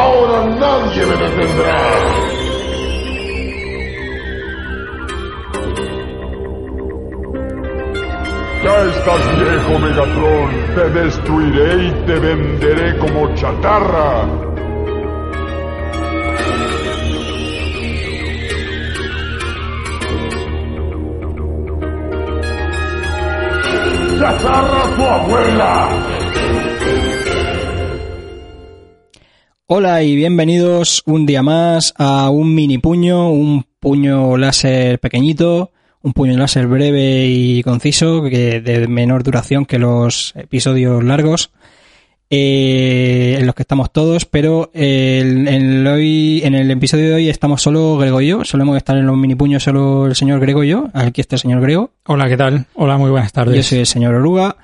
Ahora nadie me detendrá. Ya estás viejo, Megatron. Te destruiré y te venderé como chatarra. ¡Chatarra tu abuela! Hola y bienvenidos un día más a un mini puño, un puño láser pequeñito, un puño láser breve y conciso, que de menor duración que los episodios largos, eh, en los que estamos todos, pero el- en, el hoy, en el episodio de hoy estamos solo Grego y yo, solemos estar en los mini puños solo el señor Grego y yo, aquí está el señor Grego, Hola, ¿qué tal? Hola, muy buenas tardes. yo soy el señor Oruga.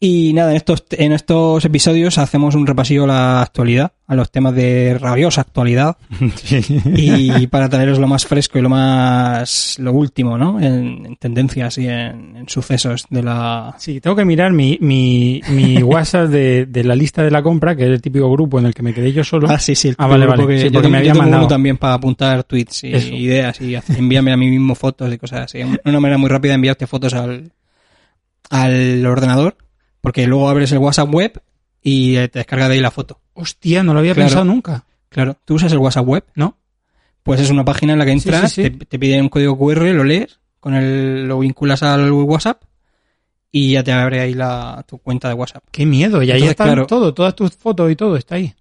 Y nada, en estos, en estos episodios hacemos un repasillo a la actualidad, a los temas de rabiosa actualidad. Y para traeros lo más fresco y lo más. lo último, ¿no? En, en tendencias y en, en sucesos de la. Sí, tengo que mirar mi, mi, mi WhatsApp de, de la lista de la compra, que es el típico grupo en el que me quedé yo solo. Ah, sí, sí, el Ah, vale, grupo vale, que sí, yo porque tengo- yo me habían tengo uno mandado. también para apuntar tweets y Eso. ideas y hacer- envíame a mí mismo fotos y cosas así. Una manera muy rápida de enviarte fotos al, al ordenador, porque luego abres el WhatsApp web y eh, te descarga de ahí la foto. Hostia, no lo había Claro. pensado nunca. Claro, tú usas el WhatsApp web, ¿No? pues es una página en la que Sí, entras, sí, sí. Te, te piden un código QR, lo lees, con el, lo vinculas al WhatsApp y ya te abre ahí la, tu cuenta de WhatsApp. Qué miedo. Y ahí Entonces, está claro. todo, todas tus fotos y todo está ahí.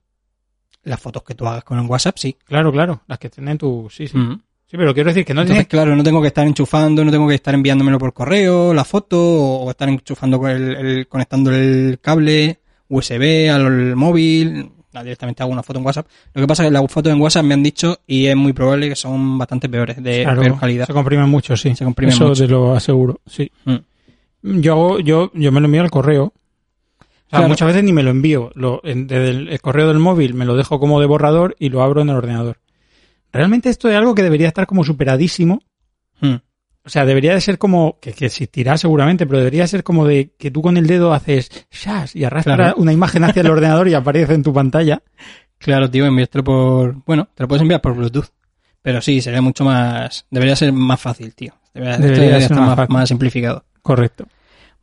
Las fotos que tú hagas con el WhatsApp, sí. Claro, claro, las que tienen tu... Sí, sí. Mm. Sí, pero quiero decir que no Entonces, tienes... claro, no tengo que estar enchufando, no tengo que estar enviándomelo por correo, la foto, o estar enchufando con el, el- conectando el cable USB al, móvil. No, directamente hago una foto en WhatsApp. Lo que pasa es que las fotos en WhatsApp me han dicho y es muy probable que son bastante peores, de Claro, peor calidad. se comprimen mucho, sí. Se comprimen Eso mucho. te lo aseguro, sí. Mm. Yo hago, yo, yo me lo envío al correo. O sea, Claro. muchas veces ni me lo envío. Lo, en- desde el, el correo del móvil me lo dejo como de borrador y lo abro en el ordenador. Realmente esto es algo que debería estar como superadísimo. Mm. O sea, debería de ser como, que, que existirá seguramente, pero debería ser como de que tú con el dedo haces shas y arrastras Claro. una imagen hacia el ordenador y aparece en tu pantalla. Claro, tío, enviártelo por. Bueno, te lo puedes enviar por Bluetooth. Pero sí, sería mucho más. Debería ser más fácil, tío. Debería, esto Debería debería ser estar más más, fácil. más simplificado. Correcto.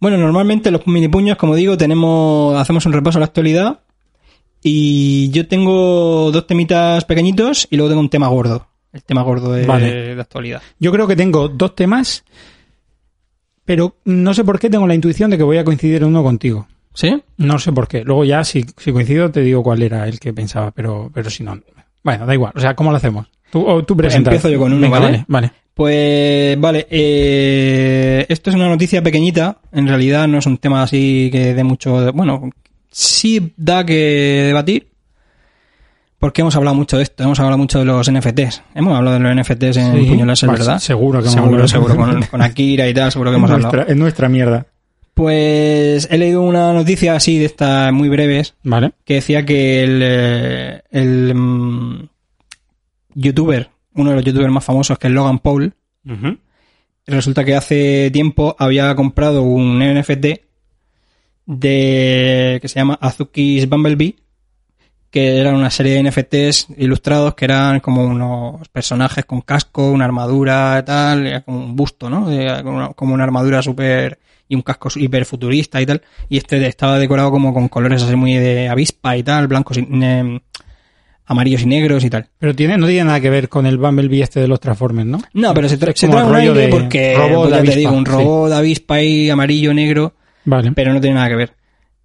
Bueno, normalmente los mini puños, como digo, tenemos. Hacemos un repaso a la actualidad. Y yo tengo dos temitas pequeñitos y luego tengo un tema gordo. El tema gordo de Vale. la actualidad. Yo creo que tengo dos temas, pero no sé por qué tengo la intuición de que voy a coincidir en uno contigo. ¿Sí? No sé por qué. Luego ya, si, si coincido, te digo cuál era el que pensaba, pero, pero si no. Bueno, da igual. O sea, ¿cómo lo hacemos? Tú, o tú presentas. Pues empiezo yo con uno, Venga, ¿vale? vale, vale. Pues vale, eh, esto es una noticia pequeñita, en realidad no es un tema así que de mucho... Bueno, sí da que debatir, porque hemos hablado mucho de esto, hemos hablado mucho de los NFTs, hemos hablado de los NFTs en Sí. Puño Láser, Vale, ¿verdad? seguro que hemos Seguro, hablado. seguro, con, con Akira y tal, seguro que hemos Es hablado. nuestra, es nuestra mierda. Pues he leído una noticia así de estas muy breves, Vale. que decía que el, eh, el mm, youtuber, uno de los youtubers más famosos, que es Logan Paul, resulta que hace tiempo había comprado un NFT de que se llama Azuki's Bumblebee que eran una serie de NFTs ilustrados que eran como unos personajes con casco, una armadura tal, era como un busto, ¿no? Era Como una, como una armadura súper y un casco hiper futurista y tal. Y este estaba decorado como con colores así muy de avispa y tal, blancos y em, amarillos y negros y tal. Pero tiene, no tiene nada que ver con el Bumblebee este de los Transformers, ¿no? No, pero se, tra- Es se como trae el un rollo aire de porque, robot pues, de ya te avispa, digo, un sí. robot de avispa ahí amarillo, negro, Vale. pero no tiene nada que ver.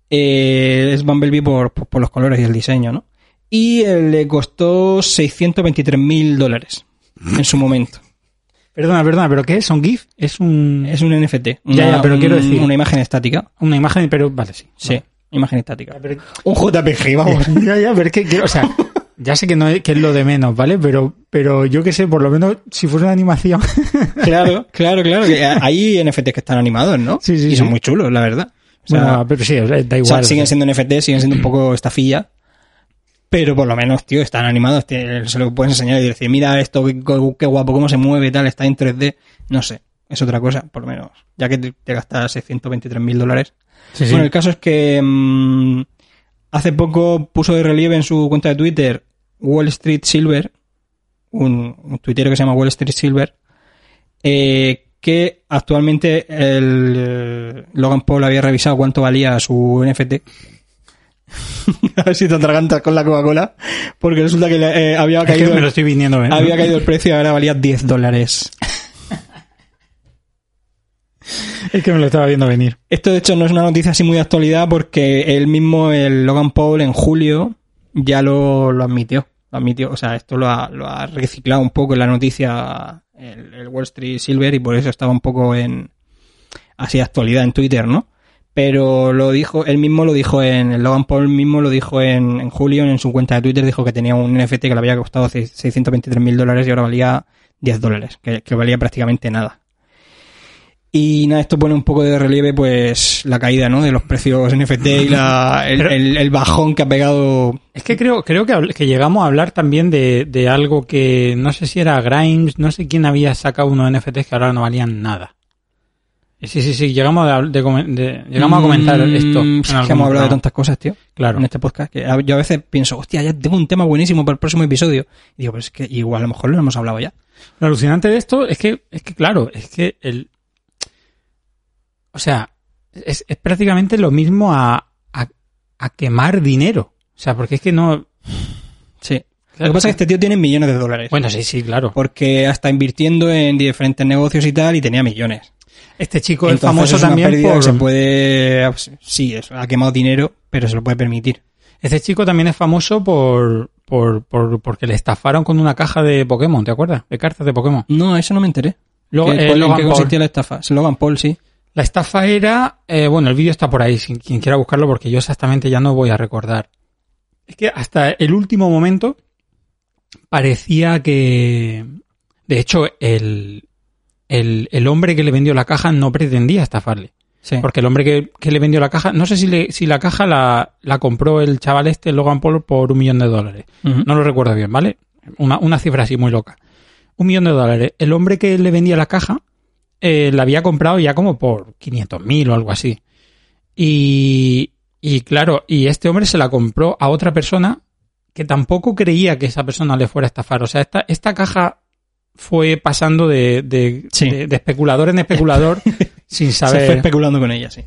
Eh, es Bumblebee por, por, por los colores y el diseño, ¿no? y eh, le costó 623 mil dólares en su momento. Perdona, perdona, ¿pero qué es? ¿Un GIF? Es un... Es un NFT. Ya, ya, pero quiero decir- Una imagen estática. una imagen, pero vale, sí. Sí, imagen estática. Vale. Un JPG, vamos. ya, ya, pero es que quiero, o sea, ya sé que no es, que es lo de menos, ¿vale? Pero, pero yo que sé, por lo menos si fuese una animación. claro, claro, claro. que hay NFTs que están animados, ¿no? Sí, sí, Y son sí. muy chulos, la verdad. O sea, Bueno, pero sí, o sea, da o sea, igual. siguen siendo NFTs, siguen siendo un poco estafilla. Pero por lo menos, tío, están animados. te- se lo puedes enseñar y decir, mira esto, qué, qué guapo, cómo se mueve, tal, está en 3D. No sé, es otra cosa, por lo menos. Ya que te, te gastas 623 mil dólares. Sí, sí. Bueno, el caso es que mm, hace poco puso de relieve en su cuenta de Twitter Wall Street Silver, un, un tuitero que se llama Wall Street Silver, eh, que actualmente el, eh, Logan Paul había revisado cuánto valía su NFT. A ver si te atragantas con la Coca-Cola, porque resulta que le- eh, había Es que caído me lo estoy viniendo. ¿eh? había caído el precio y ahora valía 10 dólares. Es que me lo estaba viendo venir. Esto de hecho no es una noticia así muy de actualidad porque él mismo, el Logan Paul, en julio ya lo, lo admitió. Lo admitió, o sea, esto lo ha, lo ha reciclado un poco en la noticia el, el Wall Street Silver y por eso estaba un poco en así de actualidad en Twitter, ¿no? Pero lo dijo, él mismo lo dijo en, el Logan Paul mismo lo dijo en, en julio en su cuenta de Twitter, dijo que tenía un NFT que le había costado 623 mil dólares y ahora valía 10 dólares, que- que valía prácticamente nada. Y nada, esto pone un poco de relieve pues la caída, ¿no? De los precios NFT y la, el, Pero- el- el bajón que ha pegado. Es que creo, creo que, habl- que llegamos a hablar también de, de algo que no sé si era Grimes, no sé quién había sacado unos NFTs que ahora no valían nada. Eh, Sí, sí, sí, llegamos, a- de comen- de- llegamos a comentar Mm, esto. en es que hemos hablado algún de programa. tantas cosas, tío, Claro. en este podcast, que a- yo a veces pienso, hostia, ya tengo un tema buenísimo para el próximo episodio. Y digo, pero es que igual a lo mejor lo hemos hablado ya. Lo alucinante de esto es que, es que claro, es que el. O sea, es, es prácticamente lo mismo a, a, a quemar dinero. O sea, porque es que no. Sí. Lo que pasa es que este tío tiene millones de dólares. Bueno, sí, sí, claro. Porque hasta invirtiendo en diferentes negocios y tal, y tenía millones. Este chico es Entonces, famoso es una también pérdida que por. se puede. Sí, es- ha quemado dinero, pero se lo puede permitir. Este chico también es famoso por, por, por- porque le estafaron con una caja de Pokémon, ¿te acuerdas? De cartas de Pokémon. No, eso no me enteré. Luego, ¿Qué- eh, cuál- ¿En Logan qué Paul. consistía la estafa? Es Logan Paul, sí. La estafa era, eh, bueno, el vídeo está por ahí, sin quien quiera buscarlo, porque yo exactamente ya no voy a recordar. Es que hasta el último momento parecía que, de hecho, el, el, el hombre que le vendió la caja no pretendía estafarle. Sí. Porque el hombre que, que le vendió la caja, no sé si, le- si la caja la, la compró el chaval este, Logan Paul, por un millón de dólares. Ujú. No lo recuerdo bien, ¿vale? Una, una cifra así muy loca. Un millón de dólares. El hombre que le vendía la caja eh, la había comprado ya como por 500 mil o algo así. Y, y claro, y este hombre se la compró a otra persona que tampoco creía que esa persona le fuera a estafar. O sea, esta, esta caja fue pasando de, de- Sí. de- de especulador en especulador sin Se fue saber. especulando con ella, sí.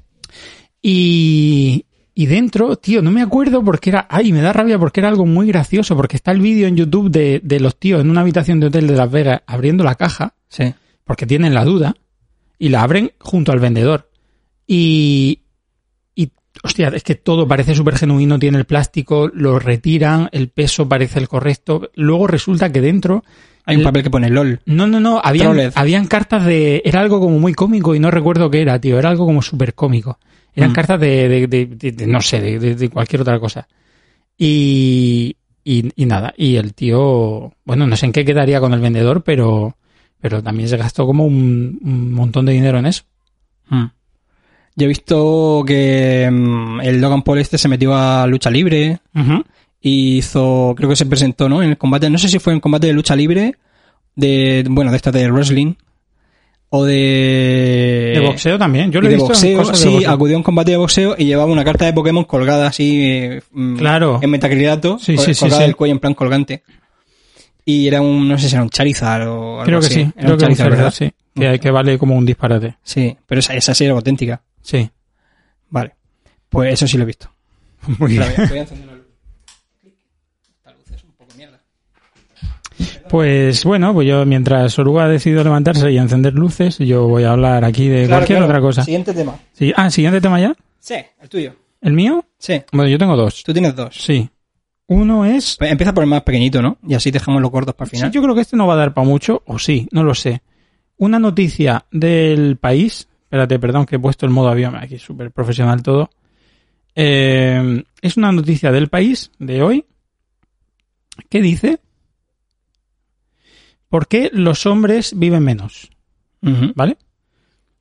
Y, y dentro, tío, no me acuerdo porque era. Ay, me da rabia porque era algo muy gracioso. Porque está el vídeo en YouTube de, de los tíos en una habitación de hotel de Las Vegas abriendo la caja Sí. porque tienen la duda y la abren junto al vendedor. Y. Y, hostia, es que todo parece súper genuino, tiene el plástico, lo retiran, el peso parece el correcto. Luego resulta que dentro Hay un El- papel que pone LOL. no, no, no. Habían, Trolled. habían cartas de. Era algo como muy cómico y no recuerdo qué era, tío. Era algo como súper cómico. Eran Mm. cartas de, de- de- de- de- No sé, de, de- de cualquier otra cosa. Y, y. y nada. Y el tío. Bueno, no sé en qué quedaría con el vendedor, pero. Pero también se gastó como un, un montón de dinero en eso. Mm. Yo he visto que mm, el Logan Paul este se metió a lucha libre y hizo, creo que se presentó, ¿no? En el combate, no sé si fue en combate de lucha libre, de, bueno, de esta de wrestling, o de... De boxeo también. Yo Eh, y lo he de visto en boxeo, cosas de sí, boxeo. acudió a un combate de boxeo y llevaba una carta de Pokémon colgada así eh, mm, Claro. en metacrilato, Sí, col- sí, sí, colgada sí. del cuello en plan colgante. Y era un, no sé si era un Charizard o algo Creo que así. sí. Era Creo un que, Charizard, verdad, ¿verdad? sí. Que, que vale como un disparate. Sí, pero esa, esa sí era auténtica. Sí. Vale. Pues eso sí lo he visto. Muy bien. Pues bueno, pues yo mientras Oruga ha decidido levantarse y encender luces, yo voy a hablar aquí de cualquier otra cosa. Siguiente tema. Sí. Ah, siguiente tema ya. Sí, el tuyo. ¿El mío? Sí. Bueno, yo tengo dos. Tú tienes dos. Pues Sí. Uno es Empieza por el más pequeñito, ¿no? Y así dejamos los gordos para el final. Sí, yo creo que este no va a dar para mucho, o sí, no lo sé. Una noticia del país. Espérate, perdón, que he puesto el modo avión aquí, súper profesional todo. Eh, es una noticia del país de hoy que dice: ¿Por qué los hombres viven menos? Ujú. ¿Vale?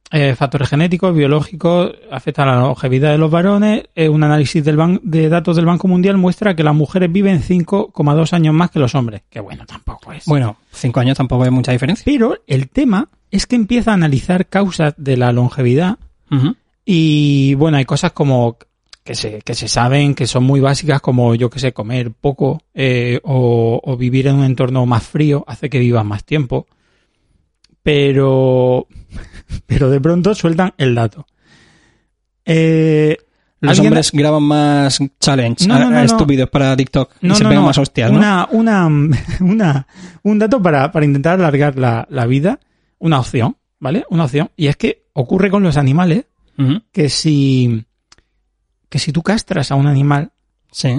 Eh, factores genéticos, biológicos, afectan a la longevidad de los varones. Eh, un análisis del ban- de datos del Banco Mundial muestra que las mujeres viven 5,2 años más que los hombres. Que bueno, tampoco es. Bueno, cinco años tampoco hay mucha diferencia. Pero el tema es que empieza a analizar causas de la longevidad Ujú. y bueno, hay cosas como que se, que se saben, que son muy básicas, como yo que sé, comer poco eh, o, o vivir en un entorno más frío, hace que vivas más tiempo. Pero, pero de pronto sueltan el dato. Eh, Los ¿alguien- hombres graban más challenge, No, a- no, no, a no. estúpidos para TikTok y se pegan más hostias, ¿no? Una, una, una- un dato para, para intentar alargar la, la vida, una opción, ¿vale? Una opción. Y es que ocurre con los animales Ujú. que si, que si tú castras a un animal, Sí.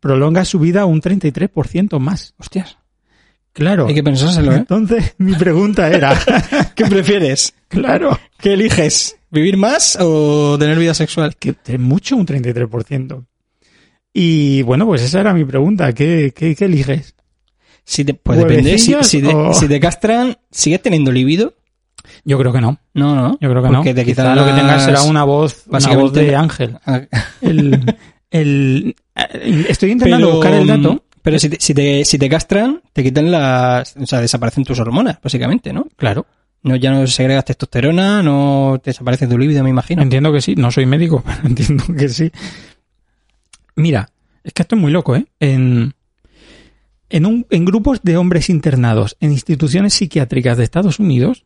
prolonga su vida un 33% más. Hostias. Claro. Hay que pensárselo, ¿eh? Entonces, mi pregunta era, ¿Qué prefieres? claro, ¿Qué eliges? ¿Vivir más o tener vida sexual? que es mucho un 33%. Y bueno, pues esa era mi pregunta. ¿Qué, qué, qué eliges? Si te, pues depende. Si, ¿Huevecillos si te, o- si te castran, ¿sigues teniendo libido? Yo creo que no. No, no. Yo creo que Porque no. te Quizá quitarás- lo que tengas será una voz, una voz básicamente- de ángel. Ah, El, el- eh, estoy intentando pero, buscar el dato. Pero si te, si, te, si te castran, te quitan las. O sea, desaparecen tus hormonas, básicamente, ¿no? Claro. no ya no segregas testosterona, no te desaparece tu libido, me imagino. Entiendo que sí. No soy médico, pero entiendo que sí. Mira, es que esto es muy loco, ¿eh? En, en, un, en grupos de hombres internados en instituciones psiquiátricas de Estados Unidos,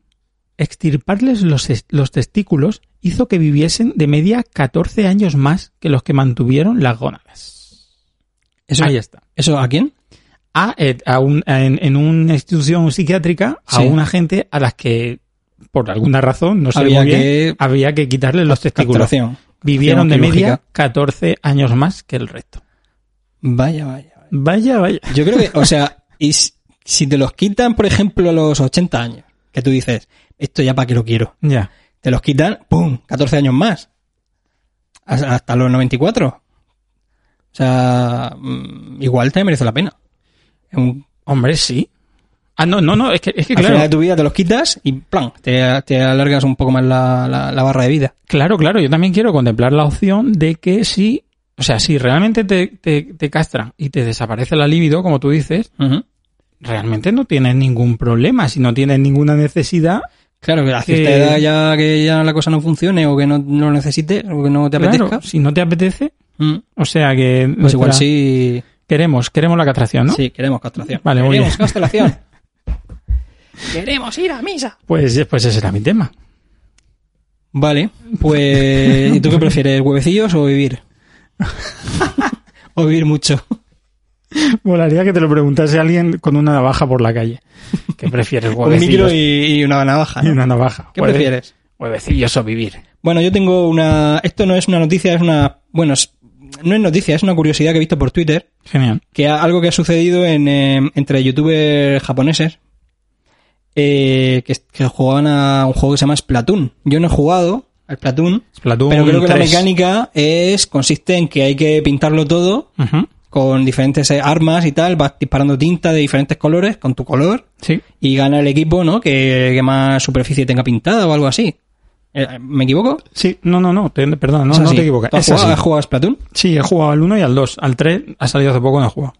extirparles los, es- los testículos hizo que viviesen de media 14 años más que los que mantuvieron las gónadas. ¿Eso, Ahí está. ¿Eso a quién? a, eh, a un- a- en, en una institución psiquiátrica a Sí. una gente a las que por alguna razón, no sé Había muy bien, que- había que quitarle los testículos. Castración. Vivieron de quirúrgica. media 14 años más que el resto. Vaya, vaya, vaya. Vaya, vaya. Yo creo que, o sea, y si, si te los quitan, por ejemplo, a los 80 años, que tú dices, esto ya para qué lo quiero. Ya. Te los quitan, ¡pum! 14 años más. Has- Hasta los 94. O sea, mm, igual te merece la pena. Un- Hombre, sí. Ah, no, no, no, es que, es que Al final claro, de tu vida te los quitas y plan, te, te alargas un poco más la- la- la barra de vida. claro, claro, yo también quiero contemplar la opción de que si, o sea, si realmente te, te, te castran y te desaparece la libido, como tú dices, Ujú. realmente no tienes ningún problema, si no tienes ninguna necesidad, Claro, que a cierta Que- edad ya que ya la cosa no funcione o que no, no lo necesites o que no te claro, apetezca. si no te apetece, Mm. O sea que Pues nuestra- igual sí, queremos, queremos la castración, ¿no? sí, queremos castración. Vale, muy queremos bien. castración. Pues, pues ese era mi tema. Vale, pues ¿y tú qué prefieres, huevecillos o vivir? o vivir mucho. Volaría que te lo preguntase alguien con una navaja por la calle. ¿Qué prefieres, Un micro huevecillos? y, y una navaja. y ¿no? una navaja. ¿Qué Hueve- prefieres? Huevecillos o vivir. Bueno, yo tengo una... Esto no es una noticia, es una... Bueno, es- no es noticia, es una curiosidad que he visto por Twitter. Genial. que ha- algo que ha sucedido en, eh, entre youtubers japoneses eh, que, que jugaban a un juego que se llama Splatoon. Yo no he jugado al Splatoon, Splatoon pero creo que la 3. mecánica es consiste en que hay que pintarlo todo Ujú. con diferentes eh, armas y tal, vas disparando tinta de diferentes colores con tu color Sí. y gana el equipo, ¿no? Que, que más superficie tenga pintada o algo así. Eh, ¿Me equivoco? Sí, no, no, no, te- perdón, no, Es no así. te equivocas. ¿Tú has Es jugado, así. has jugado a Splatoon? Sí, he jugado al 1 y al 2. Al 3 ha salido hace poco, no he jugado.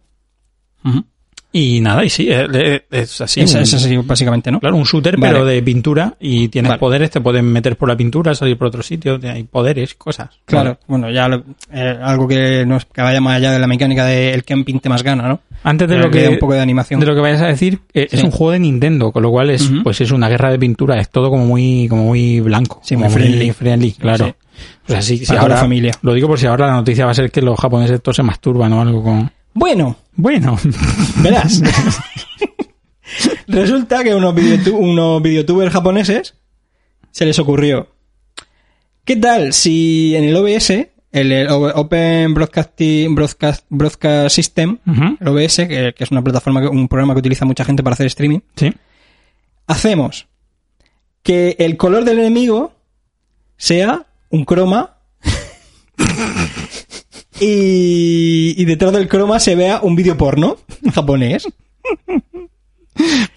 Y nada, y sí, eh, eh, es así. Es- un- es así, básicamente, ¿no? Claro, un shooter, Vale. pero de pintura y tienes Vale. poderes, te pueden meter por la pintura, salir por otro sitio, hay poderes, cosas. Claro, bueno, ya lo- eh, algo que nos que vaya más allá de la mecánica de el que pinte más gana, ¿no? Antes de Pero lo que que dé un poco de animación. de lo que vayas a decir, eh, es Sí. un juego de Nintendo, con lo cual es Ujú. pues es una guerra de pintura, es todo como muy como muy blanco, Sí, como muy friendly. claro. Sí. O sea, sí, si Para toda ahora la familia. Lo digo por si ahora la noticia va a ser que los japoneses estos se masturban o algo con Bueno, Bueno, verás. Resulta que unos, videotu- unos videotubers japoneses se les ocurrió. ¿Qué tal si en el OBS El, el O- Open Broadcasting, Broadcast, Broadcast System, Ujú, el OBS, que, que es una plataforma, que- un programa que utiliza mucha gente para hacer streaming, Sí. hacemos que el color del enemigo sea un croma y, y detrás del croma se vea un vídeo porno japonés.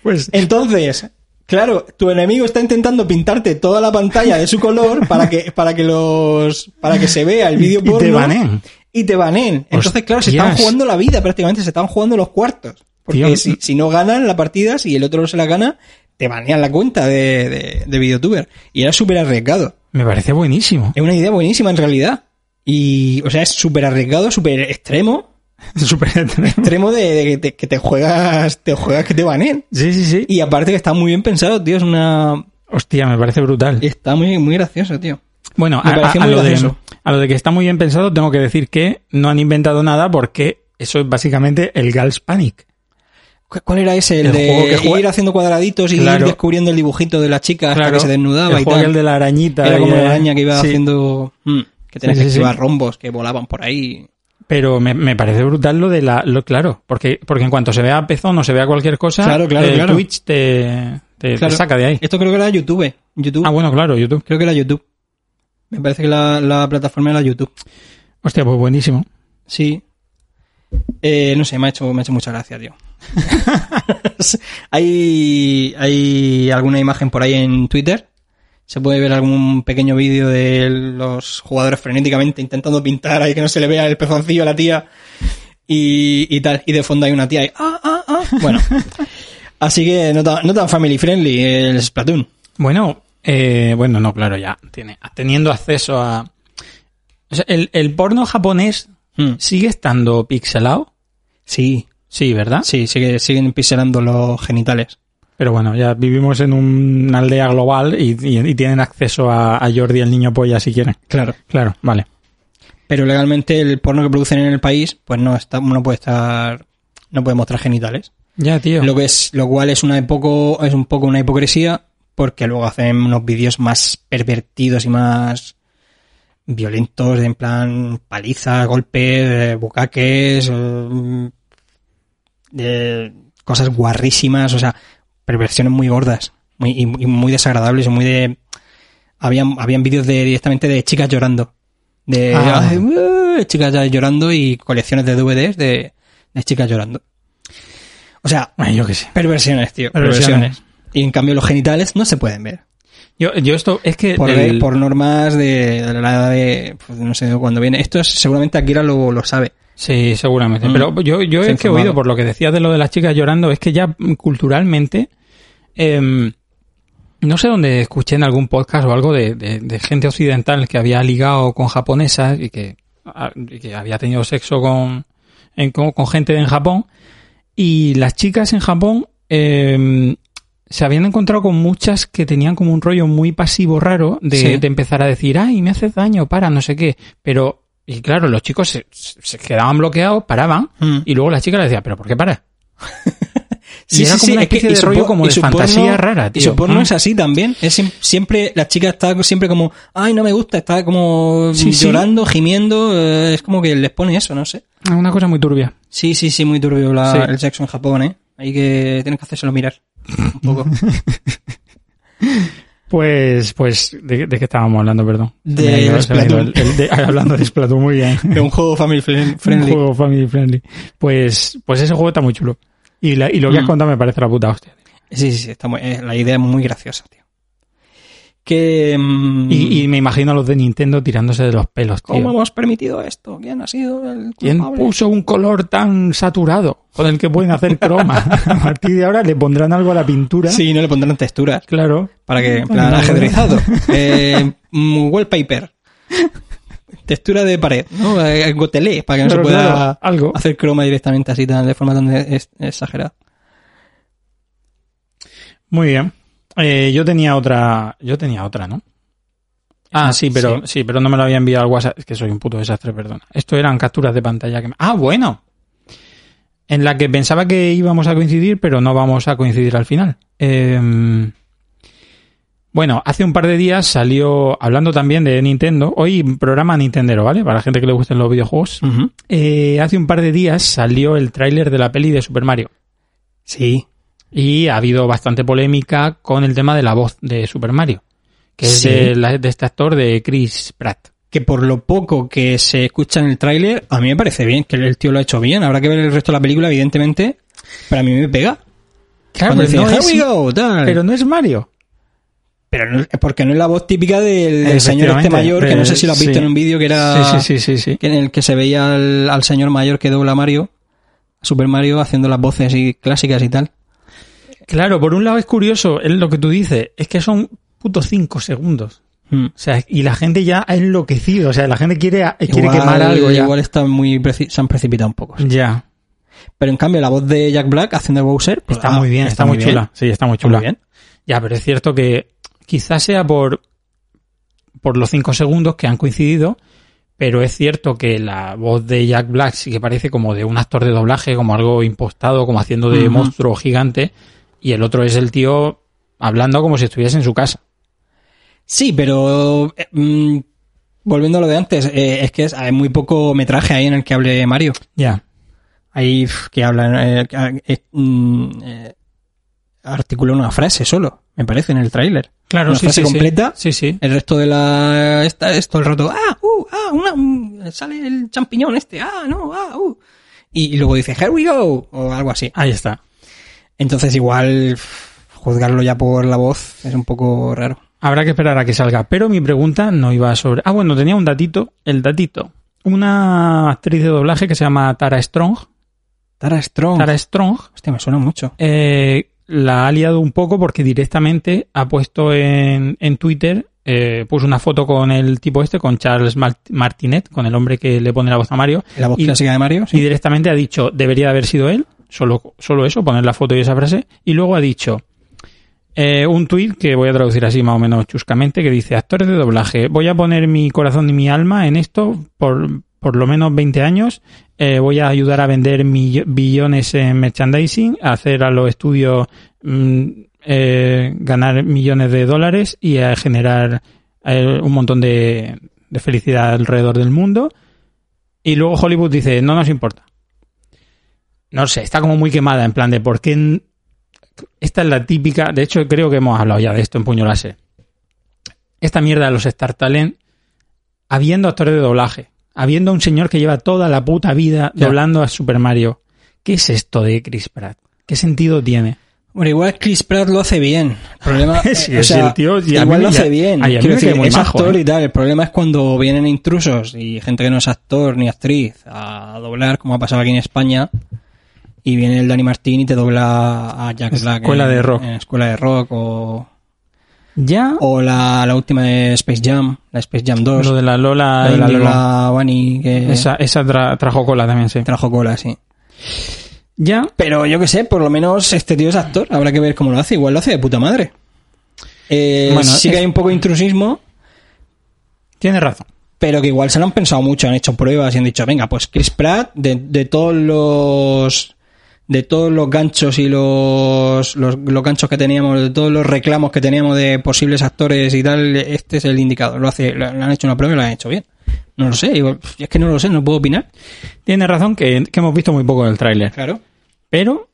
Pues Entonces, claro, tu enemigo está intentando pintarte toda la pantalla de su color para que, para que los, para que se vea el vídeo Y- y te porno. baneen. Y te baneen. Entonces, claro, se están Hostias. jugando la vida prácticamente, se están jugando los cuartos. Porque Tío. si, si no ganan la partida, si el otro no se la gana, te banean la cuenta de, de, de Videotuber. Y era súper arriesgado. me parece buenísimo. Es una idea buenísima en realidad. Y, o sea, es súper arriesgado, súper extremo. Súper Extremo de, de que, te, que te juegas, te juegas que te baneen. Sí, sí, sí. Y aparte que está muy bien pensado, tío. Es una. Hostia, me parece brutal. Está muy, muy gracioso, tío. Bueno, Me a, pareció a- a muy lo de, gracioso. a lo de que está muy bien pensado, tengo que decir que no han inventado nada porque eso es básicamente el Gals Panic. ¿Cu- ¿Cuál era ese? El, El de juego que jue- ir haciendo cuadraditos y ir Claro. descubriendo el dibujito de la chica hasta que se desnudaba el y juego tal. el de la arañita. Era y como de- la araña que iba Sí. haciendo. Mm, que tenías Sí, que sí, sí. esquivar rombos que volaban por ahí. Pero me, me parece brutal lo de la. Lo, claro, porque, porque en cuanto se vea pezón o se vea cualquier cosa, Claro, claro, eh, claro. Twitch te, te- te Claro. saca de ahí. Esto creo que era YouTube. YouTube. Ah, bueno, claro, YouTube. Creo que era YouTube. Me parece que la, la plataforma era YouTube. Hostia, pues buenísimo. Sí. Eh, no sé, me ha hecho, me ha hecho mucha gracia, tío. hay, hay alguna imagen por ahí en Twitter. Se puede ver algún pequeño vídeo de los jugadores frenéticamente intentando pintar ahí que no se le vea el pezoncillo a la tía y, y tal. Y de fondo hay una tía ahí. Ah, ah, ah. Bueno. Así que no tan, no tan family friendly el Splatoon. Bueno, eh, bueno, no, claro, ya. Tiene, teniendo acceso a. O sea, el, el porno japonés Mm. sigue estando pixelado. Sí, Sí, ¿verdad? sí, sigue, siguen pixelando los genitales. Pero bueno, ya vivimos en un- una aldea global y, y- y tienen acceso a, a Jordi el niño polla si quieren. Claro. Claro, vale. pero legalmente el porno que producen en el país pues no está no puede estar no puede mostrar genitales Ya, tío. lo que es lo cual es una poco es un poco una hipocresía porque luego hacen unos vídeos más pervertidos y más violentos en plan paliza golpes eh, bucaques eh, eh, cosas guarrísimas o sea perversiones muy gordas muy, y, y muy desagradables y muy de habían habían vídeos de directamente de chicas llorando de Ah. "Ay, uh", chicas ya llorando y colecciones de DVDs de, de chicas llorando o sea Ay, yo qué sé. Perversiones, tío. Perversiones. Perversiones. Y en cambio los genitales no se pueden ver. Yo, yo esto es que... Por, el- por normas de, de la edad de... pues, no sé de cuándo viene. Esto es, seguramente Akira lo, lo sabe. Sí, seguramente. Mm. Pero yo, yo Se es que he informaba. oído por lo que decías de lo de las chicas llorando, es que ya mm, culturalmente... em, no sé dónde escuché en algún podcast o algo de, de- de gente occidental que había ligado con japonesas y que, a- y que había tenido sexo con, en- con, con gente en Japón. Y las chicas en Japón em, se habían encontrado con muchas que tenían como un rollo muy pasivo raro de, Sí. de empezar a decir, ay, me haces daño, para, no sé qué. Pero, y claro, los chicos se, se- se quedaban bloqueados, paraban, Mm. y luego la chica le decía, pero ¿por qué paras? Y Sí, era sí, como sí, una es que- especie y de su rollo por- como y de su fantasía porno- rara, Y tío. su porno Mm. es así también. Es siem- siempre la chica está siempre como, ay, no me gusta, está como Sí, sí. llorando, gimiendo. eh, es como que les pone eso, no sé. Es Ah, Una cosa muy turbia. Sí, sí, sí, muy turbio la- Sí. el sexo en Japón, ¿eh? Hay que tienes que hacérselo mirar. Un poco. Pues, pues, ¿de, de qué estábamos hablando, perdón? Se Del me ha ido- se me ha ido Splatoon. el- el de- hablando de Splatoon, muy bien. Es un juego family friend- friendly. Un juego family friendly. Pues, pues ese juego está muy chulo. Y, la- y lo que has Mm. contado me parece la puta hostia. Sí, sí, sí, está muy- eh, la idea es muy graciosa, tío. Que... mm, Y, y me imagino a los de Nintendo tirándose de los pelos, tío. ¿Cómo hemos permitido esto? ¿Quién ha sido el ¿Quién culpable? puso un color tan saturado con el que pueden hacer croma? a partir de ahora le pondrán algo a la pintura. Sí, no le pondrán texturas. Claro. Para que, en plan, Claro. ajedrezado. Eh, mm, wallpaper. Textura de pared, ¿no? Eh, Gotelé, para que no se Pero pueda claro, algo. hacer croma directamente así, tan, de forma tan e-, es- exagerada. Muy bien. Eh, yo tenía otra, yo tenía otra, ¿no? Ah, sí, pero sí. pero no me lo había enviado al WhatsApp. Es que soy un puto desastre, perdona. Esto eran capturas de pantalla que me... Ah, bueno. En la que pensaba que íbamos a coincidir, pero no vamos a coincidir al final. Eh, Em, Bueno, hace un par de días salió, hablando también de Nintendo, hoy programa Nintendero, ¿vale? Para la gente que le gusten los videojuegos. Ujú. Eh, hace un par de días salió el tráiler de la peli de Super Mario. Sí. Y ha habido bastante polémica con el tema de la voz de Super Mario, que es Sí. de, la- de este actor de Chris Pratt. Que por lo poco que se escucha en el tráiler, a mí me parece bien, que el tío lo ha hecho bien. Habrá que ver el resto de la película, evidentemente. Pero a mí me pega. Claro, Cuando pero dice, no, "Here we es, go", tal. pero no es Mario. Pero no- es porque no es la voz típica del, del señor este Efectivamente, mayor, que no sé pero- si lo has visto sí. en un vídeo que era Sí, sí, sí, sí, sí. que en el que se veía al, al señor mayor que dobla a Mario, a Super Mario haciendo las voces y clásicas y tal. Claro, por un lado es curioso es lo que tú dices, es que son putos 5 segundos. Mm. O sea, y la gente ya ha enloquecido, o sea, la gente quiere, quiere Igual- quemar algo ya. Hmm. Igual están muy preci- se han precipitado un poco. sí. Ya. Pero en cambio la voz de Jack Black haciendo Bowser pues, Está ah, muy bien, está, muy chula. Sí, está muy Está chula. muy bien. Ya, pero es cierto que quizás sea por, por los cinco segundos que han coincidido, pero es cierto que la voz de Jack Black sí que parece como de un actor de doblaje, como algo impostado, como haciendo de Ujú. monstruo gigante, y el otro es el tío hablando como si estuviese en su casa. Sí, pero eh, mm, volviendo a lo de antes, eh, es que es- hay muy poco metraje ahí en el que hable Mario. Ya. Ahí pf, que habla, eh, que- eh, mm, eh, articula una frase solo, me parece, en el tráiler. Claro, Una sí, frase sí, sí. completa. Sí, sí. El resto de la. Está, es todo el rato. ¡Ah! ¡Uh! ¡Ah! Una, un- sale el champiñón este. ¡Ah! ¡No! ¡Ah! ¡Uh! Y, y luego dice, ¡Here we go! O algo así. Ahí está. Entonces, igual. pf, Juzgarlo ya por la voz es un poco raro. Habrá que esperar a que salga. Pero mi pregunta no iba sobre. Ah, bueno, tenía un datito. El datito. Una actriz de doblaje que se llama Tara Strong. Tara Strong. Tara Strong Hostia, me suena mucho. eh, la ha liado un poco porque directamente ha puesto en, en Twitter. eh, puso una foto con el tipo este, con Charles Mart- Martinet, con el hombre que le pone la voz a Mario. La voz Y- clásica de Mario. Y Sí. directamente ha dicho, debería haber sido él, solo, solo eso, poner la foto y esa frase. Y luego ha dicho eh, un tuit que voy a traducir así más o menos chuscamente, que dice, actores de doblaje, voy a poner mi corazón y mi alma en esto por, por lo menos 20 años, eh, voy a ayudar a vender mi- billones en merchandising, a hacer a los estudios mm, eh, ganar millones de dólares y a generar eh, un montón de- de felicidad alrededor del mundo. Y luego Hollywood dice, no nos importa. No sé, está como muy quemada en plan de por qué... n- Esta es la típica, de hecho creo que hemos hablado ya de esto en Puño Láser. Esta mierda de los Star Talent, habiendo actores de doblaje, habiendo un señor que lleva toda la puta vida Ya. doblando a Super Mario, ¿qué es esto de Chris Pratt? ¿Qué sentido tiene? Bueno, igual Chris Pratt lo hace bien. El problema eh, Sí, o sí, sea, el tío- y a igual mí lo me- hace bien. ay, a mí Quiero me cae decir, muy es majo, actor ¿eh? y tal. El problema es cuando vienen intrusos y gente que no es actor ni actriz a doblar, como ha pasado aquí en España. Y viene el Dani Martín y te dobla a Jack Black. Escuela en- de rock. En Escuela de Rock o, Ya o la, la última de Space Jam, la Space Jam 2. lo de la Lola, la de la Índigo. Eh. Lola Bunny que esa, esa tra- trajo cola también, sí. trajo cola, sí. Ya Pero yo que sé, por lo menos este tío es actor. Habrá que ver cómo lo hace. Igual lo hace de puta madre. Eh, Bueno, sí que es- hay un poco de intrusismo, tiene razón. pero que igual se lo han pensado mucho, han hecho pruebas y han dicho, venga, pues Chris Pratt, de, de todos los de todos los ganchos y los, los los ganchos que teníamos, de todos los reclamos que teníamos de posibles actores y tal, este es el indicado. Lo hace, lo, lo han hecho una prueba y lo han hecho bien. No lo sé, igual- es que no lo sé, no puedo opinar. Tiene razón que, que hemos visto muy poco del tráiler. Claro. Pero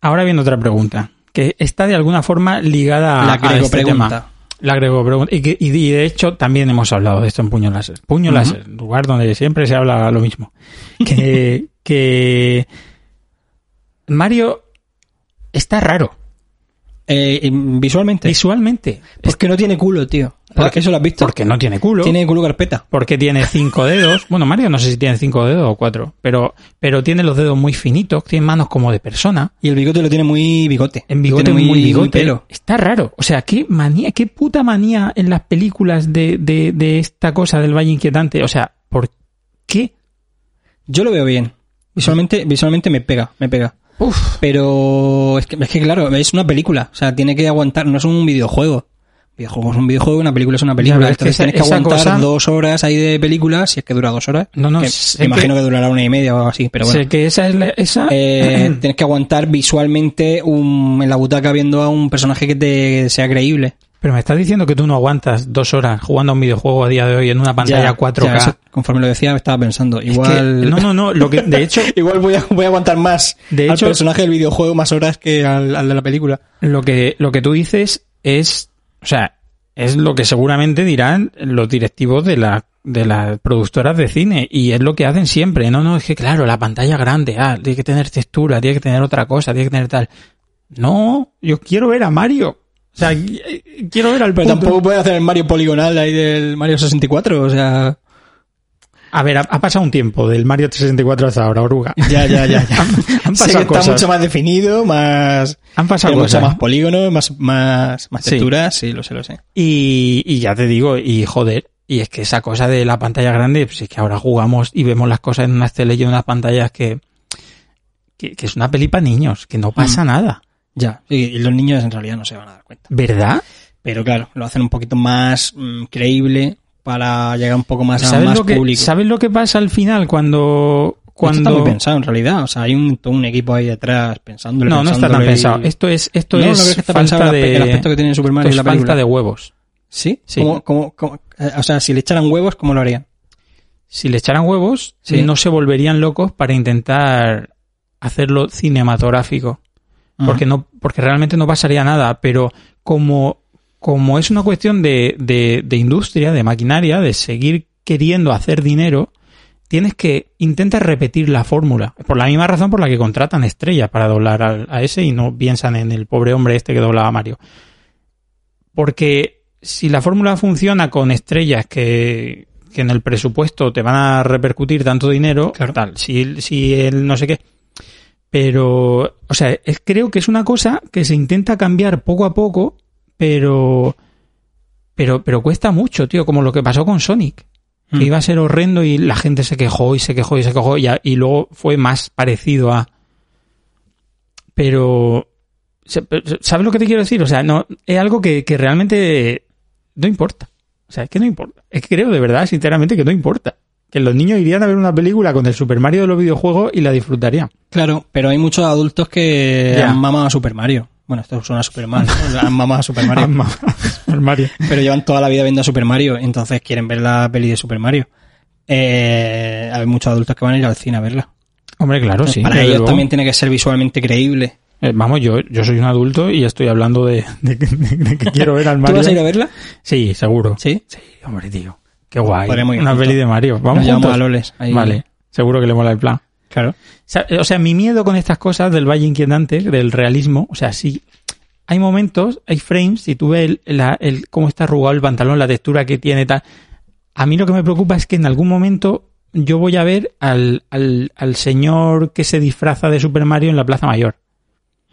ahora viene otra pregunta, que está de alguna forma ligada a La a agrego este pregunta. tema. La agrego pregunta. Y, que- y de- y de hecho también hemos hablado de esto en Puño Láser. Puño Ujú. Láser, lugar donde siempre se habla lo mismo. Que, que Mario está raro Eh, y visualmente. visualmente. Porque no tiene culo, tío. Porque eso lo has visto. Porque no tiene culo. Tiene culo carpeta. Porque tiene cinco dedos. Bueno, Mario no sé si tiene cinco dedos o cuatro. Pero, pero tiene los dedos muy finitos. Tiene manos como de persona. Y el bigote lo tiene muy bigote. En bigote Tiene muy, bigote. pelo. Está raro. O sea, qué manía, qué puta manía en las películas de, de, de esta cosa del Valle Inquietante. O sea, ¿por qué? Yo lo veo bien. Visualmente, visualmente me pega, me pega. Uf. Pero es que, es que claro, es una película. O sea, tiene que aguantar, no es un videojuego. Videojuego es un videojuego, una película es una película. pero es que Entonces esa- tienes que esa aguantar cosa- dos horas ahí de película, si es que dura dos horas. No, no, Que sé me imagino que... durará una y media o así, pero bueno. Sé que esa es la, esa. Eh, tienes que aguantar visualmente un- en la butaca viendo a un personaje que te sea creíble. Pero me estás diciendo que tú no aguantas dos horas jugando a un videojuego a día de hoy en una pantalla Ya, 4K. ya, eso, conforme lo decía, me estaba pensando. Es que- Igual. no, no, no. Lo que, de hecho, Igual voy a, voy a aguantar más De al hecho- personaje del videojuego más horas que al, al de la película. lo que, lo que tú dices es, o sea, es lo que seguramente dirán los directivos de la de las productoras de cine y es lo que hacen siempre. No, no, es que claro, la pantalla grande, ah, tiene que tener textura, tiene que tener otra cosa, tiene que tener tal. No, yo quiero ver a Mario. O sea, qui- eh, quiero ver al Pero punto. tampoco pueden hacer el Mario poligonal ahí del Mario 64, o sea... A ver, ha, ha pasado un tiempo del Mario 64 hasta ahora, oruga. Ya, ya, ya. ya. Han, han Sé que pasado está cosas. mucho más definido, más... Han pasado tiene mucho cosas. ¿eh? más polígonos, más, más, más Sí. texturas, sí, lo sé, lo sé. Y, y ya te digo, y joder, y es que esa cosa de la pantalla grande, pues es que ahora jugamos y vemos las cosas en unas teles y en unas pantallas que, que, que es una peli para niños, Mm. que no pasa nada. Ya, sí, y los niños en realidad no se van a dar cuenta. ¿Verdad? Pero claro, lo hacen un poquito más mm, creíble para llegar un poco más a ¿Sabes, más lo que, público. ¿Sabes lo que pasa al final cuando... Esto cuando... está muy pensado en realidad, o sea, hay un, todo un equipo ahí detrás pensándolo. no, no está tan pensándolo y- pensado. Esto es, esto No, no es creo que está pensado falta el de... aspe- el aspecto que tiene Super Mario esto en es la película. falta de huevos. ¿Sí? Sí. ¿Cómo- cómo- cómo- eh, o sea, si le echaran huevos, ¿cómo lo harían? Si le echaran huevos, Sí. no se volverían locos para intentar hacerlo cinematográfico. porque no porque realmente no pasaría nada pero como como es una cuestión de, de, de industria de maquinaria de seguir queriendo hacer dinero tienes que intentar repetir la fórmula por la misma razón por la que contratan estrellas para doblar al- a ese y no piensan en el pobre hombre este que doblaba a Mario porque si la fórmula funciona con estrellas que, que en el presupuesto te van a repercutir tanto dinero, Claro. tal, si, si el no sé qué. Pero, o sea, es- creo que es una cosa que se intenta cambiar poco a poco, pero, pero, pero cuesta mucho, tío, como lo que pasó con Sonic. Que Mm. iba a ser horrendo y la gente se quejó y se quejó y se quejó y, a- y luego fue más parecido a... Pero se- pero, ¿Sabes lo que te quiero decir? O sea, no, es algo que, que realmente no importa. O sea, es que no importa. Es que creo de verdad, sinceramente, que no importa. Que los niños irían a ver una película con el Super Mario de los videojuegos y la disfrutarían. Claro, pero hay muchos adultos que Ya. han mamado a Super Mario. Bueno, esto suena super mal, ¿no? Han mamado a Super Mario. Ama- Super Mario. pero llevan toda la vida viendo a Super Mario, entonces quieren ver la peli de Super Mario. Eh, hay muchos adultos que van a ir al cine a verla. Hombre, claro, Entonces, sí. para desde ellos luego. también tiene que ser visualmente creíble. Eh, Vamos, yo, yo soy un adulto y estoy hablando de, de que- de que quiero ver al Mario. ¿Tú vas a ir a verla? Sí, seguro. Sí. Hombre, tío. Qué guay. Podríamos ir Una juntos. peli de Mario. Nos Vamos llevamos juntos. a Loles. ahí. Vale. Seguro que le mola el plan. Claro. Sa- O sea, mi miedo con estas cosas del valle inquietante, del realismo, o sea, sí, hay momentos, hay frames, y tú ves el, la- el- cómo está arrugado el pantalón, la textura que tiene, tal. A mí lo que me preocupa es que en algún momento yo voy a ver al, al- al señor que se disfraza de Super Mario en la Plaza Mayor.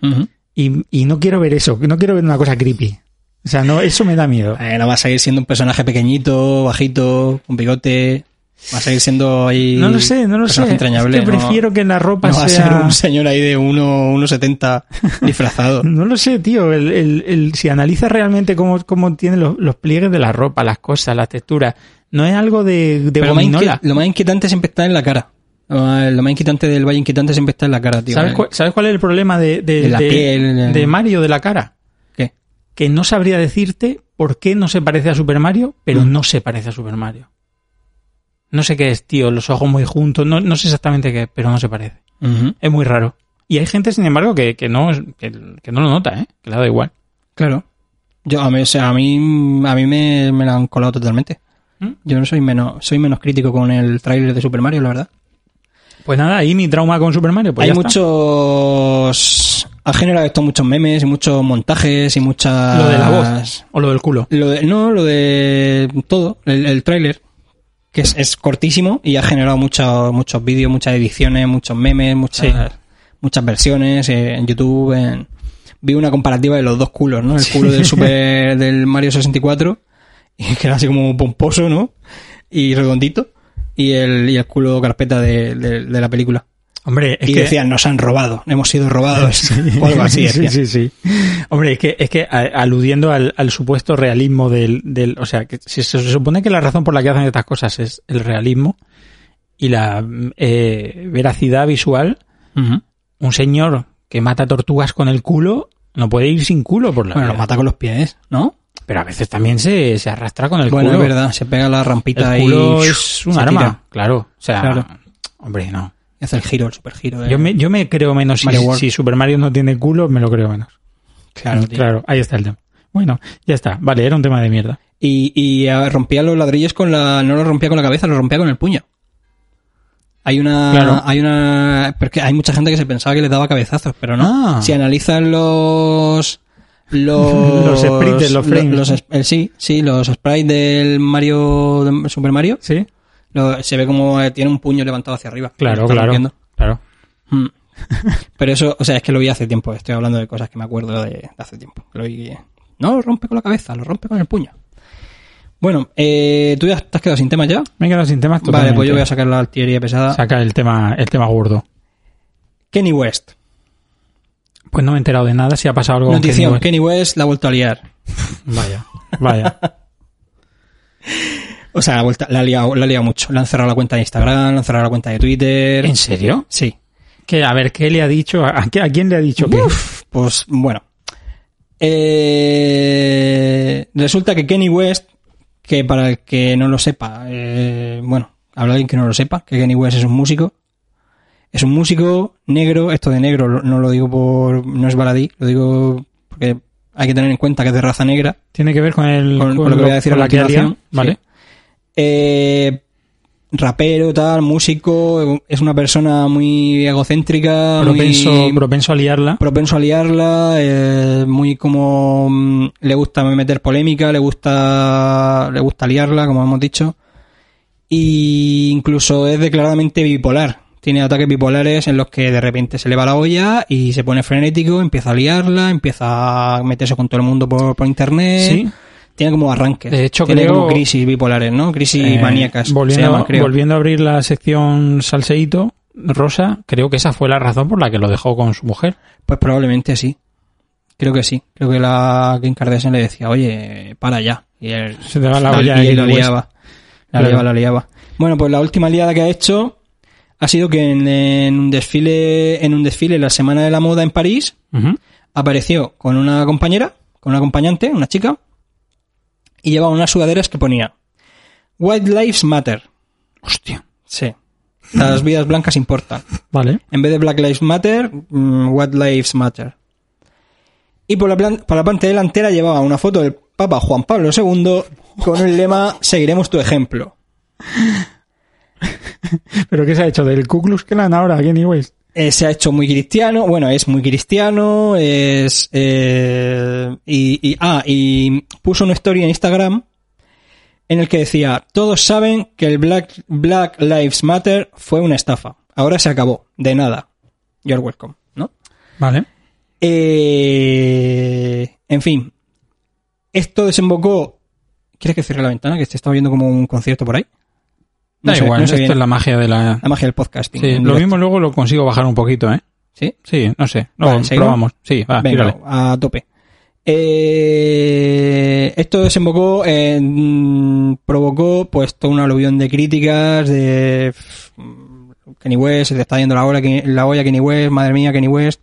Ujú. Y, y no quiero ver eso, no quiero ver una cosa creepy. O sea, no, eso me da miedo. Eh, no va a seguir siendo un personaje pequeñito, bajito, con bigote. Va a seguir siendo ahí. No lo sé, no lo sé. personaje entrañable, Es que ¿no? prefiero que la ropa No va a sea... ser un señor ahí de 1, 1,70 disfrazado. No lo sé, tío. El, el- el- si analizas realmente cómo, cómo tienen los, los pliegues de la ropa, las cosas, las texturas, no es algo de, de Pero lo más, gominola. inquiet- lo más inquietante siempre está en la cara. Ah, Lo más inquietante del Valle Inquietante siempre está en la cara, tío. ¿Sabes, Eh, cuál, sabes cuál es el problema de, de- De la de- piel, eh. de Mario, de la cara? ¿Qué? Que no sabría decirte por qué no se parece a Super Mario, pero Mm. no se parece a Super Mario. No sé qué es, tío. Los ojos muy juntos. No, no sé exactamente qué es, pero no se parece. Ujú, Es muy raro. Y hay gente, sin embargo, que, que no, que- que no lo nota, ¿eh? Que le da igual. Claro. Yo, a mí, o sea, a mí, a mí me, me la han colado totalmente. ¿Mm? Yo no soy menos, soy menos crítico con el tráiler de Super Mario, la verdad. Pues nada, ahí mi trauma con Super Mario. Pues Hay ya está. muchos. Ha generado esto muchos memes y muchos montajes y muchas. Lo de la voz. O lo del culo. Lo de- no, lo de todo, el, el tráiler, que es, es cortísimo y ha generado muchos muchos vídeos, muchas ediciones, muchos memes, muchas, Sí. muchas versiones eh, en YouTube. en- vi una comparativa de los dos culos, ¿no? El culo del Super del Mario 64, y que era así como pomposo, ¿no? Y redondito, y el, y el culo carpeta de, de- de la película. Hombre, es y que... decían, nos han robado, hemos sido robados, o algo así. sí, decían. sí, sí. Hombre, es que, es que a- aludiendo al, al supuesto realismo del, del... O sea, que si se, se supone que la razón por la que hacen estas cosas es el realismo y la mm, eh, veracidad visual, Ujú. un señor que mata tortugas con el culo no puede ir sin culo por la Bueno, vida. lo mata con los pies, ¿no? Pero a veces también se, se arrastra con el bueno, culo. es verdad, se pega la rampita El culo y es un se arma, tira. claro. O sea, Claro. hombre, no. Y hace el giro, el supergiro. eh. de- Yo me, yo me creo menos si, Mario World. si Super Mario no tiene culo, me lo creo menos. Mm, Claro, tío. claro, ahí está el tema. Bueno, ya está. Vale, era un tema de mierda. Y, y ah, rompía los ladrillos con la. No los rompía con la cabeza, los rompía con el puño. Hay una. Claro. Hay una. Porque hay mucha gente que se pensaba que les daba cabezazos, pero no. Ah. Si analizan los. Los, Los sprites, los frames, los ¿no? es- el- sí, sí, los sprites del Mario. de Super Mario. ¿Sí? lo- se ve como eh, tiene un puño levantado hacia arriba. Claro, Está claro. rompiendo. Claro. Mm. Pero eso, o sea, es que lo vi hace tiempo. Estoy hablando de cosas que me acuerdo de, de hace tiempo. Lo vi. eh, No lo rompe con la cabeza, lo rompe con el puño. Bueno, eh, ¿tú ya te has quedado sin tema ya? Me he quedado sin temas Vale, pues yo voy a totalmente. sacar la artillería pesada. Saca el tema, el tema gordo. Kenny West. Pues no me he enterado de nada si ha pasado algo. con Notición, Kenny Kenny West la ha vuelto a liar. West. Vaya, vaya. O sea, la, ha vuelto- la, ha liado, la ha liado mucho. Le han cerrado la cuenta de Instagram, le han cerrado la cuenta de Twitter. ¿En serio? Sí. Que, a ver, ¿qué le ha dicho? ¿A, a qué- a quién le ha dicho que Uf, pues bueno. Eh, resulta que Kenny West, que para el que no lo sepa, eh, bueno, habla alguien que no lo sepa, que Kenny West es un músico. Es un músico negro, esto de negro lo- no lo digo por. no es baladí, lo digo porque hay que tener en cuenta que es de raza negra. tiene que ver con el Con- con lo que voy a decir a la que ha liado? continuación, Vale. sí. Eh, rapero, tal, músico, es una persona muy egocéntrica, Propenso, muy propenso a liarla. propenso a liarla, eh, muy como mm, le gusta meter polémica, le gusta le gusta liarla, como hemos dicho. Y incluso es declaradamente bipolar. Tiene ataques bipolares en los que de repente se le va la olla y se pone frenético, empieza a liarla, empieza a meterse con todo el mundo por, por internet. Sí. Tiene como arranques. De hecho, Tiene creo- como crisis bipolares, ¿no? Crisis Eh, maníacas. se Volviendo, llaman, creo. volviendo a abrir la sección salseíto, Rosa, creo que esa fue la razón por la que lo dejó con su mujer. Pues probablemente sí. Creo que sí. Creo que la Kim Kardashian le decía, oye, para ya. Y él Se te va la la- olla y ahí, él la pues. liaba. La Claro. liaba, la liaba. Bueno, pues la última liada que ha hecho ha sido que en, en un desfile, en un desfile la Semana de la Moda en París, Ujú. apareció con una compañera, con una acompañante, una chica, y llevaba unas sudaderas que ponía White Lives Matter. Hostia. Sí. Las vidas blancas importan. Vale. En vez de Black Lives Matter, mm, What Lives Matter. Y por la, plan- por la parte delantera llevaba una foto del Papa Juan Pablo II con el lema Seguiremos tu ejemplo. ¿Pero qué se ha hecho? ¿Del Ku Klux Klan ahora, Kenny West? Eh, se ha hecho muy cristiano, bueno, es muy cristiano, es... eh, y, y- ah, y puso una historia en Instagram en el que decía, todos saben que el Black, Black Lives Matter fue una estafa. Ahora se acabó. De nada. You're welcome, ¿no? Vale. Eh, en fin, esto desembocó. ¿Quieres que cierre la ventana? Que se está viendo como un concierto por ahí. No da sé- igual, no sé esto bien. Ah, es la magia de la... La magia del podcasting. Sí, en lo directo. mismo luego lo consigo bajar un poquito, ¿eh? ¿Sí? Sí, no sé. No, Vale, ¿seguimos? probamos. Sí, va, Venga, Ah, tírale. a tope. Eh, esto desembocó en. provocó pues toda una aluvión de críticas de. pff, Kenny West, se te está yendo la olla, Kenny- la olla Kenny West, madre mía, Kenny West.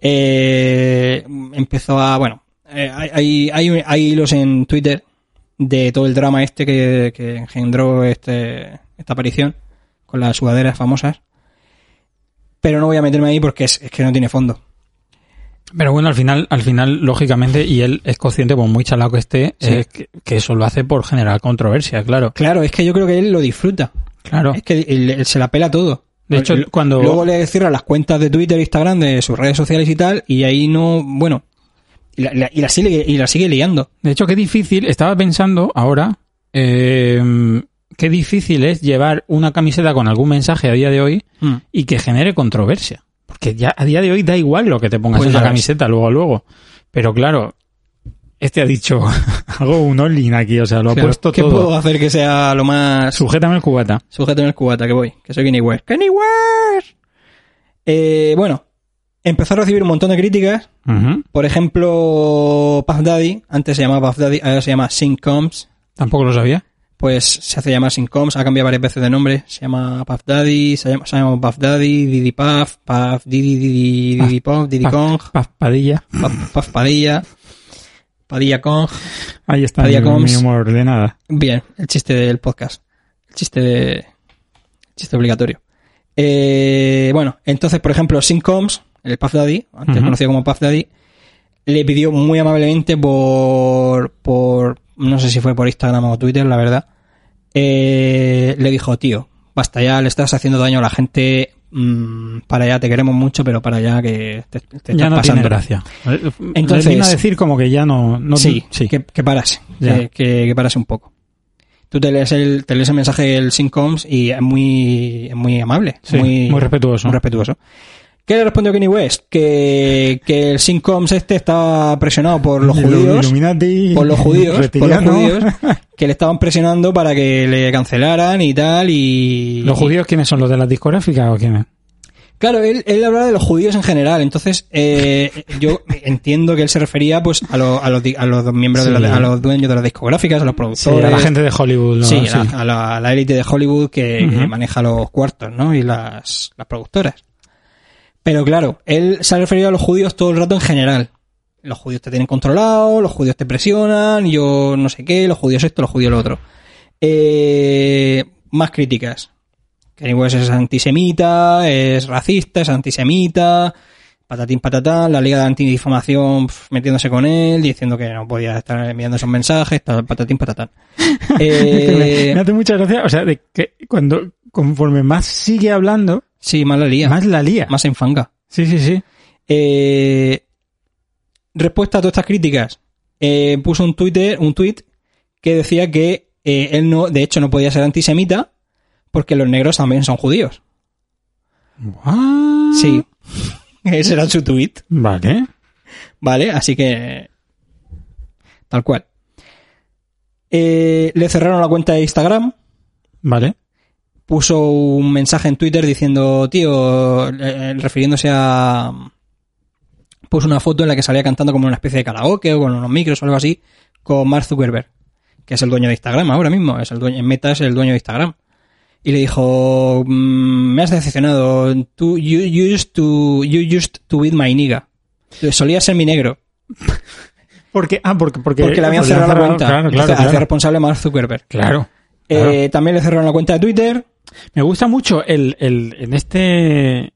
Eh, empezó a. bueno, eh, hay, hay, hay hilos en Twitter de todo el drama este que, que engendró este, esta aparición con las sudaderas famosas. Pero no voy a meterme ahí porque es- es que no tiene fondo. Pero bueno, al final, al final, lógicamente, y él es consciente, por muy chalado que esté, Sí. eh, que, que eso lo hace por generar controversia, claro. Claro, es que yo creo que él lo disfruta. Claro. Es que él- él se la pela todo. De hecho, L- cuando- Luego le cierra las cuentas de Twitter, Instagram, de sus redes sociales y tal, y ahí no... Bueno, y la, la- y la sigue, y la sigue liando. De hecho, qué difícil, estaba pensando ahora, eh, qué difícil es llevar una camiseta con algún mensaje a día de hoy y que genere controversia. Porque ya a día de hoy da igual lo que te pongas Pues en la ya ves. camiseta luego, luego. Pero claro, este ha dicho, hago un all aquí, o sea, lo ha Claro, puesto ¿Qué todo. puedo hacer que sea lo más... Sujétame el cubata. Sujeto en el cubata, que voy, que soy Kenny West. ¡Kenny West! Eh, bueno, empezó a recibir un montón de críticas. Ujú. Por ejemplo, Puff Daddy, antes se llamaba Puff Daddy, ahora se llama Sin Combs. Tampoco lo sabía. pues se hace llamar Sin Coms, ha cambiado varias veces de nombre, se llama Puff Daddy, se llama, se llama Puff Daddy, Didi Puff, Puff Didi Didi Didi Puff, Didi Puff. Kong, Paspadilla. Puff, Puff Padilla. Padilla Kong. Ahí está Padilla mi, Combs. mi humor de nada. Bien, el chiste del podcast. El chiste de. el chiste obligatorio. Eh, bueno, entonces, por ejemplo, Sincoms, el Puff Daddy, antes Ujú. conocido como Puff Daddy, le pidió muy amablemente por. por. no sé si fue por Instagram o Twitter, la verdad. eh, le dijo, tío, basta ya, le estás haciendo daño a la gente. mm, para allá te queremos mucho, pero para allá que te, te Ya estás no pasando. tiene gracia. Eh, Entonces- Entonces, vino a decir como que ya no... no sí, Que, que paras, Ya. que, que, que paras un poco. Tú te lees el, te lees el mensaje del Syncoms y es muy, es muy amable, Sí, muy, muy respetuoso. muy respetuoso. ¿Qué le respondió Kenny West? Que, que el Syncoms este estaba presionado por los Y judíos, Illuminati, por los judíos, por los reptilianos. judíos, que le estaban presionando para que le cancelaran y tal y... ¿Los y- judíos quiénes son? ¿Los de las discográficas o quiénes? Claro, él, él hablaba de los judíos en general, entonces eh, yo entiendo que él se refería pues a, los- a los, di- a los miembros, de Sí. la- a los dueños de las discográficas, a los Sí, productores. a la gente de Hollywood. ¿no? eh, Sí, a Sí. la- a la- a la élite de Hollywood que, que Ujú. maneja los cuartos, ¿no? Y las, las productoras. Pero claro, él se ha referido a los judíos todo el rato en general. Los judíos te tienen controlado, los judíos te presionan, yo no sé qué, los judíos esto, los judíos lo otro. Eh, más críticas. Kanye West es antisemita, es racista, es antisemita, patatín patatán, la Liga de Antidifamación pf, metiéndose con él, diciendo que no podía estar enviando esos mensajes, tal, patatín patatán. Es que me, Eh, me hace mucha gracia, o sea, de que cuando conforme más sigue hablando, sí, más la lía, más, más la lía. se enfanga. Sí, sí, sí. Eh, respuesta a todas estas críticas, eh, puso un Twitter, un tweet que decía que eh, él no, de hecho, no podía ser antisemita porque los negros también son judíos. What? Sí. Ese era su tweet. Vale. ¿Vale? Así que. Tal cual. Eh, le cerraron la cuenta de Instagram. Vale. Puso un mensaje en Twitter diciendo, tío, eh, refiriéndose a. Puso una foto en la que salía cantando como una especie de karaoke o con unos micros o algo así con Mark Zuckerberg, que es el dueño de Instagram ahora mismo. Es el dueño, en Meta es el dueño de Instagram. Y le dijo, "Mm, me has decepcionado. Tú, you used to, you used to be my nigga. Eh, Solía ser mi negro. Porque, ah, porque, porque, Porque le habían porque le cerrado la han cuenta. Claro, Entonces, claro, hace claro. responsable Mark Zuckerberg. Claro. Eh, también le cerraron la cuenta de Twitter. Me gusta mucho el, el, en este.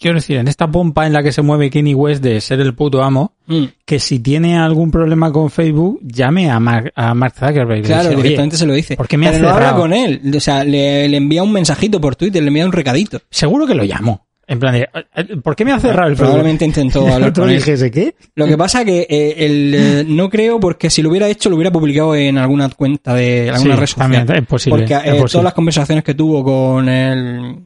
Quiero decir, en esta pompa en la que se mueve Kenny West de ser el puto amo, Mm. que si tiene algún problema con Facebook, llame a Mark, a Mark Zuckerberg. y le Claro, dice, "Oye, directamente se lo dice. ¿por qué me ha Pero no habla cerrado? con él. O sea, le, le envía un mensajito por Twitter, le envía un recadito. seguro que lo llamo. En plan de, "Eh, ¿por qué me ha cerrado el Facebook? Probablemente intentó El hablar otro con él. dijese, ¿qué? Lo que pasa que eh, el, eh, no creo porque si lo hubiera hecho lo hubiera publicado en alguna cuenta de en alguna Sí, red social. también, es posible, Porque es eh, posible. todas las conversaciones que tuvo con el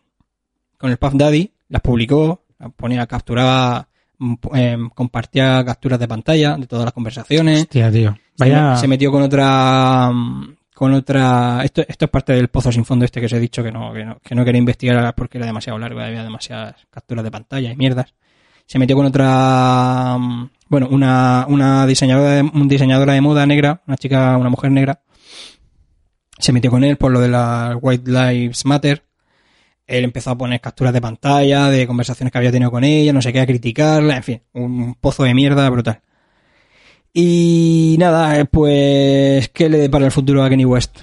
con el Puff Daddy las publicó, las ponía, capturaba, mm, eh, compartía capturas de pantalla de todas las conversaciones. Hostia, tío. Se me- Vaya. Se metió con otra. mm, Con otra. Esto, esto es parte del pozo sin fondo este que os he dicho que no, que no, que no quería investigar porque era demasiado largo, había demasiadas capturas de pantalla y mierdas. Se metió con otra. mm, Bueno, una, una diseñadora de, un diseñadora de moda negra, una chica, una mujer negra. Se metió con él por lo de la White Lives Matter. Él empezó a poner capturas de pantalla, de conversaciones que había tenido con ella, no sé qué, a criticarla, en fin, un pozo de mierda brutal. Y nada, eh, pues, ¿qué le depara el futuro a Kenny West?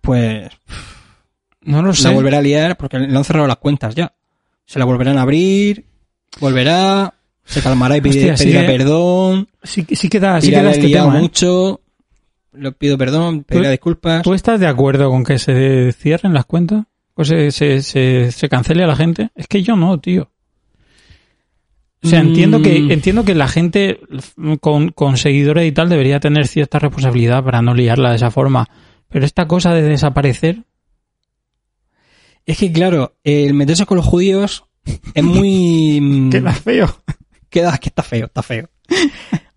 Pues no lo se volverá a liar porque le han cerrado las cuentas ya. Se la volverán a abrir, volverá, se calmará y pide- Hostia, sí pedirá que- perdón. Sí, sí queda, sí dirá, queda "La he este liado tema. ¿eh? mucho, le pido perdón, pedirá disculpas. ¿Tú estás de acuerdo con que se cierren las cuentas? ¿O se, se, se, se cancele a la gente? Es que yo no, tío. O sea, entiendo que, Mm. entiendo que la gente con, con seguidores y tal debería tener cierta responsabilidad para no liarla de esa forma. Pero esta cosa de desaparecer, Es que claro, el meterse con los judíos es Mm. muy... mm, Queda feo. queda que está feo, está feo.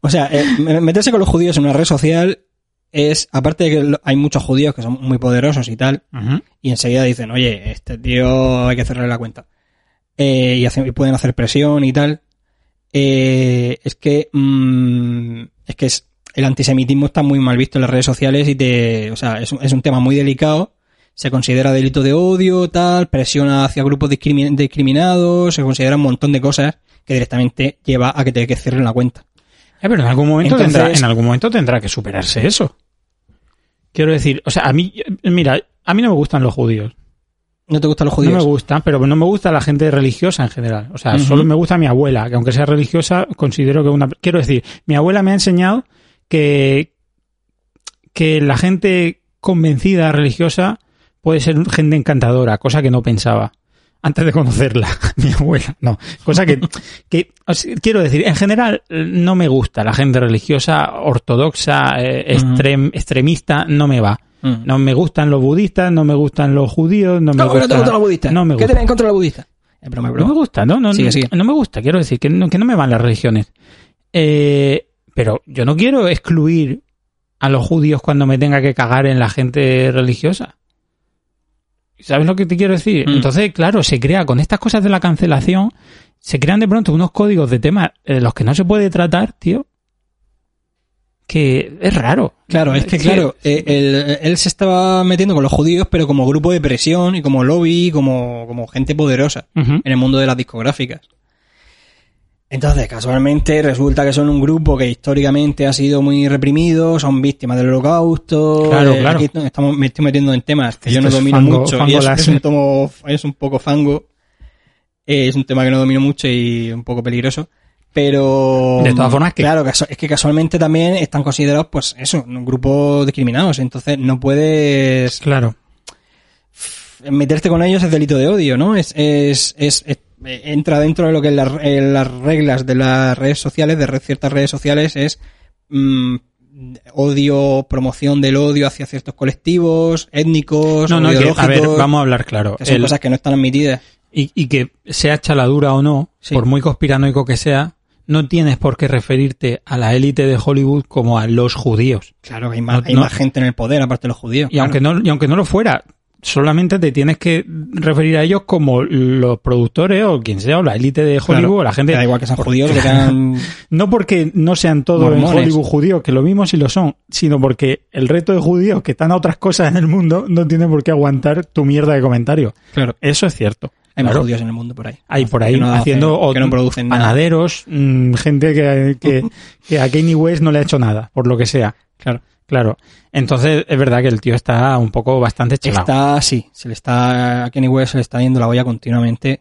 O sea, eh, meterse con los judíos en una red social es, aparte de que lo- hay muchos judíos que son muy poderosos y tal, y enseguida dicen, oye, este tío hay que cerrarle la cuenta. Eh, y, hacen- y pueden hacer presión y tal. Eh, es que, mm, es que es- el antisemitismo está muy mal visto en las redes sociales y te, o sea, es un, es un tema muy delicado. Se considera delito de odio, tal, presiona hacia grupos discrimi- discriminados, se considera un montón de cosas que directamente lleva a que te que cierren la cuenta. Ya, pero en algún momento Entonces- tendrá, en algún momento tendrá que superarse eso. Quiero decir, o sea, a mí, mira, a mí no me gustan los judíos. ¿No te gustan los judíos? No me gustan, pero no me gusta la gente religiosa en general. O sea, Ujú. solo me gusta mi abuela, que aunque sea religiosa, considero que una. Quiero decir, mi abuela me ha enseñado que, que la gente convencida religiosa puede ser gente encantadora, cosa que no pensaba antes de conocerla, mi abuela. No, cosa que, que o sea, quiero decir, en general eh, no me gusta la gente religiosa, ortodoxa, eh, Ujú. extrem- extremista, no me va. Mm. No me gustan los budistas, no me gustan los judíos, no me ¿Cómo que no te gusta- gustan los budistas? No me ¿Qué gusta. tenés en contra de los budistas? Es broma, es No me broma. gusta, ¿no? No, Sigue, sigue. no me gusta, quiero decir, que no, que no me van las religiones. Eh, pero yo no quiero excluir a los judíos cuando me tenga que cagar en la gente religiosa. ¿Sabes lo que te quiero decir? Mm. Entonces, claro, se crea con estas cosas de la cancelación, se crean de pronto unos códigos de temas eh, de los que no se puede tratar, tío. Que es raro. Claro, es que Sí. claro, eh, él, él se estaba metiendo con los judíos, pero como grupo de presión y como lobby, y como, como gente poderosa Ujú. en el mundo de las discográficas. Entonces, casualmente resulta que son un grupo que históricamente ha sido muy reprimido, son víctimas del holocausto. Claro, eh, claro. aquí estamos, me estoy metiendo en temas que yo Esto no es domino fango- mucho. fango y es, es láser. un tomo, es un poco fango. Eh, es un tema que no domino mucho y un poco peligroso. Pero. De todas formas, que- Claro, casu- es que casualmente también están considerados, pues, eso, un grupo discriminados. Entonces, no puedes Claro. meterte con ellos es delito de odio, ¿no? Es, es, es, es- eh, entra dentro de lo que en las- en las reglas de las redes sociales, de red- ciertas redes sociales, es mm, odio, promoción del odio hacia ciertos colectivos, étnicos, No, no, que- ideológicos, a ver, vamos a hablar claro. que son El- cosas que no están admitidas. y, y que sea chaladura o no, Sí. por muy conspiranoico que sea, no tienes por qué referirte a la élite de Hollywood como a los judíos. Claro, hay más, No- hay no- más gente en el poder, aparte de los judíos. Y aunque no, y aunque no lo fuera, solamente te tienes que referir a ellos como los productores o quien sea, o la élite de Hollywood, o la gente. Da igual que sean judíos, que sean... No porque no sean todos en Mormones. Hollywood judíos, que lo mismo si lo son, sino porque el resto de judíos que están a otras cosas en el mundo no tienen por qué aguantar tu mierda de comentarios. Claro, Eso es cierto. hay más Claro. judíos en el mundo por ahí. Hay por Que ahí no hacen- haciendo o- que no producen nada. panaderos, mm, gente que, que- que a Kanye West no le ha hecho nada, por lo que sea. Claro. Claro. Entonces, es verdad que el tío está un poco bastante chelado. Está, sí, se le está, a Kenny West se le está yendo la olla continuamente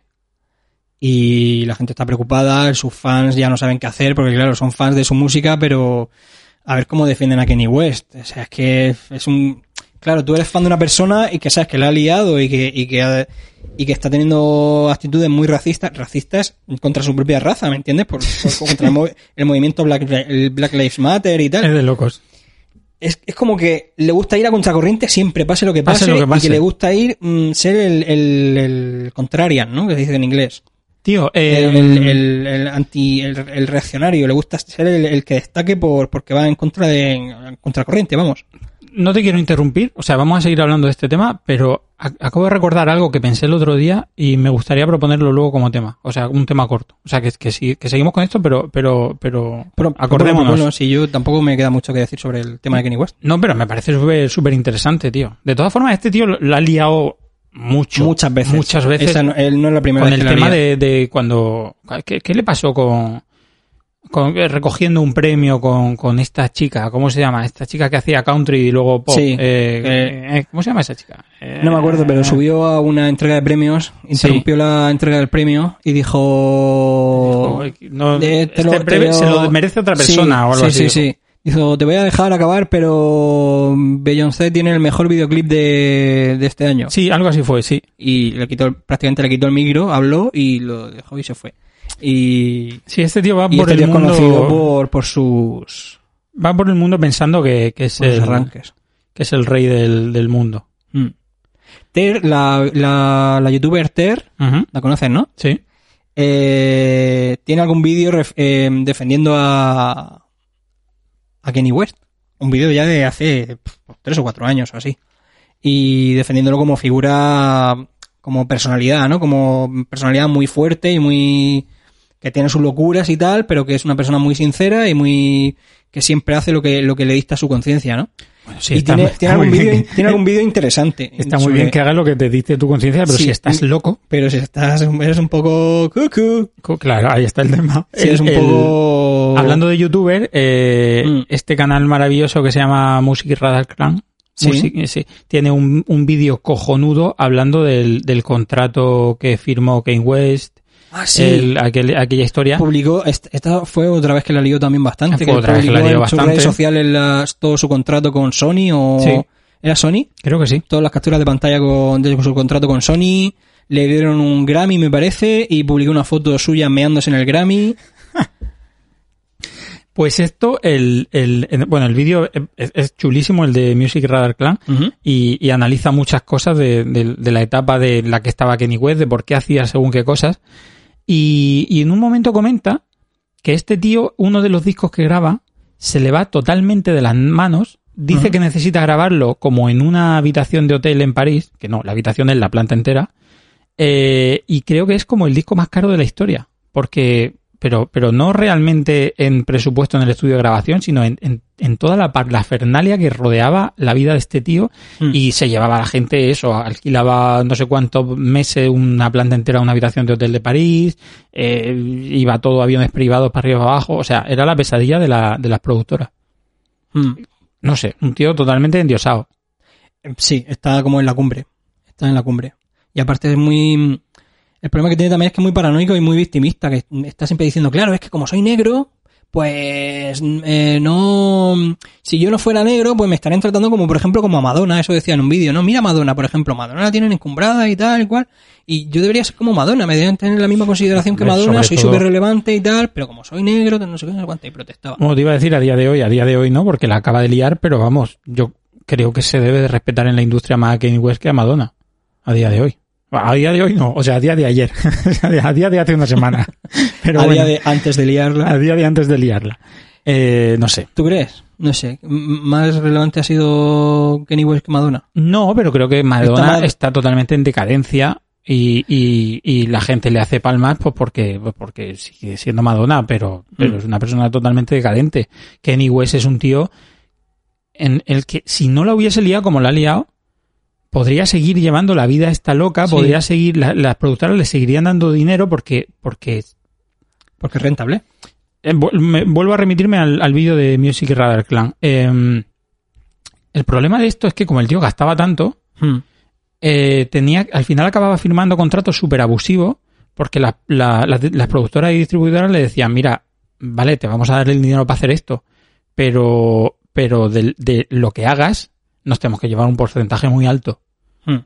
y la gente está preocupada, sus fans ya no saben qué hacer porque claro, son fans de su música, pero a ver cómo defienden a Kenny West. O sea, es que es un... Claro, tú eres fan de una persona y que sabes que la ha liado y que, y que, ha- y que está teniendo actitudes muy racistas, racistas contra su propia raza, ¿me entiendes? Por, por- contra el, movi- el movimiento Black, el Black Lives Matter y tal Es de locos. es, es como que le gusta ir a contracorriente siempre, pase lo que pase, Pase lo que pase. y que le gusta ir mm, ser el, el, el contrarian, ¿no? Que se dice en inglés. Tío, eh, El, el, el- el anti, el, el reaccionario, le gusta ser el, el que destaque por porque va en contra de en contracorriente, vamos. no te quiero interrumpir, o sea, vamos a seguir hablando de este tema, pero a- acabo de recordar algo que pensé el otro día y me gustaría proponerlo luego como tema, o sea, un tema corto. O sea, que, que, sí- que seguimos con esto, pero, pero, pero, Pero acordémonos. Bueno, si yo tampoco me queda mucho que decir sobre el tema de Kenny West. No, pero me parece súper- súper interesante, tío. De todas formas, este tío lo- la ha liado mucho. Muchas veces. Muchas veces. Esa no, él no es la primera con vez el que la tema lía. de, de cuando... ¿qué, qué le pasó con, con- eh, recogiendo un premio con, con esta chica? ¿Cómo se llama? Esta chica que hacía country y luego pop. Sí, Eh, que- eh, ¿Cómo se llama esa chica? Eh, No me acuerdo, pero subió a una entrega de premios, interrumpió la entrega del premio y dijo... No, De- te este lo- te breve lo- se lo merece otra Sí, persona o algo sí, Sí, así. sí, Dijo, te voy a dejar acabar, pero Beyoncé tiene el mejor videoclip de, de este año. Sí, algo así fue, sí. Y le quitó, el- prácticamente le quitó el micro, habló y lo dejó y se fue. Y, Sí, este tío va y por este tío el es mundo... conocido por, por sus, Va por el mundo pensando que, que es por sus el... arranques. que es el rey del, del mundo. Mm. Ter, la, la, la youtuber Ter, la conoces, ¿no? Sí. Eh, tiene algún vídeo ref- eh, defendiendo a a Kenny West. Un vídeo ya de hace pf, tres o cuatro años o así. Y defendiéndolo como figura, como personalidad, ¿no? Como personalidad muy fuerte y muy... que tiene sus locuras y tal, pero que es una persona muy sincera y muy... que siempre hace lo que, lo que le dicta su conciencia, ¿no? Sí, y está- tiene, está tiene muy algún bien vídeo- que- tiene algún vídeo interesante. Está muy bien sobre- que hagas lo que te diste tu conciencia, pero Sí. si estás loco, Pero si estás, eres un poco cucú, co- claro, ahí está el tema. si El- eres un el- poco... Hablando de youtuber, eh, Mm. este canal maravilloso que se llama Music Radar Clan, Sí. Music- eh, sí, tiene un, un vídeo cojonudo hablando del, del contrato que firmó Kane West, Ah, sí. el- aquel- aquella historia. publicó, est- esta fue otra vez que la lió también bastante, Fue que otra vez que publicó la lió en sus bastante. redes sociales las- todo su contrato con Sony o Sí. era Sony, Creo que sí. todas las capturas de pantalla con de su contrato con Sony, le dieron un Grammy me parece y publicó una foto suya meándose en el Grammy. Pues esto, el, el- el- bueno, el vídeo eh, es, es chulísimo, el de Music Radar Clan, y, y analiza muchas cosas de, de- de la etapa de la que estaba Kenny West, de por qué hacía según qué cosas. Y, y en un momento comenta que este tío, uno de los discos que graba, se le va totalmente de las manos. Dice Ujú. que necesita grabarlo como en una habitación de hotel en París, que no, la habitación es la planta entera. Eh, y creo que es como el disco más caro de la historia, porque, pero, pero no realmente en presupuesto en el estudio de grabación, sino en, en- en toda la parlafernalia que rodeaba la vida de este tío Mm. y se llevaba a la gente eso, alquilaba no sé cuántos meses una planta entera, una habitación de hotel de París, eh, iba todo aviones privados para arriba y para abajo, o sea, era la pesadilla de, la, de las productoras. Mm. No sé, un tío totalmente endiosado. Em, Sí, está como en la cumbre. Está en la cumbre. Y aparte es muy... mm, El problema que tiene también es que es muy paranoico y muy victimista, que está siempre diciendo, claro, es que como soy negro, pues eh, no... Si yo no fuera negro, pues me estarían tratando como, por ejemplo, como a Madonna, eso decía en un vídeo, ¿no? Mira a Madonna, por ejemplo, Madonna la tienen encumbrada y tal, y cual. Y yo debería ser como Madonna, me deberían tener la misma consideración que Hombre, Madonna, sobre soy todo- súper relevante y tal, pero como soy negro, no sé qué, no sé cuánto, y protestaba. Como te iba a decir, a día de hoy, a día de hoy no, porque la acaba de liar, pero vamos, yo creo que se debe de respetar en la industria más a Kanye West que a Madonna. A día de hoy. A día de hoy no, o sea, a día de ayer. a día de hace una semana. Pero a bueno, día Ah, de antes de liarla. a día de antes de liarla. Eh, no sé. ¿Tú crees? No sé. M- ¿Más relevante ha sido Kenny West que Madonna? No, pero creo que Está Madonna mal. está, totalmente en decadencia y, y- y la gente le hace palmas pues porque, pues porque sigue siendo Madonna, pero, pero Mm. es una persona totalmente decadente. Kenny West es un tío en el que si no la hubiese liado como la ha liado, podría seguir llevando la vida esta loca, Sí. podría seguir, la- las productoras le seguirían dando dinero porque, porque Porque es rentable. eh, vu- me- vuelvo a remitirme al, al vídeo de Music Radar Clan. Em, el problema de esto es que como el tío gastaba tanto, Hmm, eh, tenía, al final acababa firmando contratos súper abusivos porque la- la- la- las productoras y distribuidoras le decían, mira, vale, te vamos a dar el dinero para hacer esto, pero, pero del- de, lo que hagas nos tenemos que llevar un porcentaje muy alto.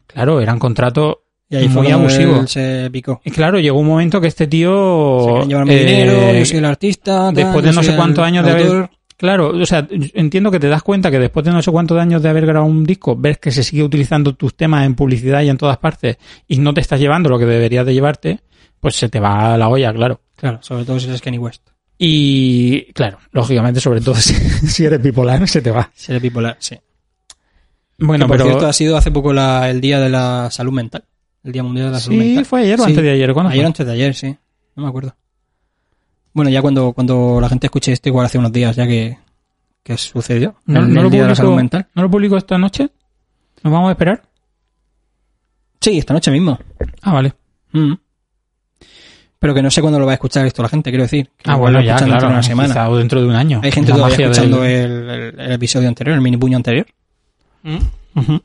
Claro, eran contratos... hmm. Y ahí Muy fue cuando abusivo. él Se picó. Y claro, llegó un momento que este Se tío... quieren llevar mi eh, dinero, yo soy el artista. tal, después de yo no soy sé el cuántos años de haber- autor. Claro, o sea, entiendo que te das cuenta que después de no sé cuántos años de haber grabado un disco, ves que se sigue utilizando tus temas en publicidad y en todas partes y no te estás llevando lo que deberías de llevarte, pues se te va a la olla, claro. Claro, sobre todo si eres Kenny West. Y claro, lógicamente, sobre todo si, si eres bipolar, se te va. Si eres bipolar, sí. Bueno, que, por pero cierto, ha sido hace poco la- el Día de la Salud Mental. El Día Mundial de la Salud sí, Mental. fue ayer o Sí. antes de ayer, ¿cuándo? Ayer fue? antes de ayer, sí. No me acuerdo. Bueno, ya cuando, cuando la gente escuche esto, igual hace unos días ya que, que sucedió. ¿No, el, no el lo Día de la Salud publico, Mental. ¿No lo publico esta noche? ¿Nos vamos a esperar? Sí, esta noche mismo. Ah, vale. Mm. Pero que no sé cuándo lo va a escuchar esto la gente, quiero decir. Que Ah, lo bueno, van a ya, escuchar dentro claro. de una semana. quizá o dentro de un año. Hay gente La todavía magia del- escuchando el, el- el episodio anterior, el mini puño anterior. Ujú.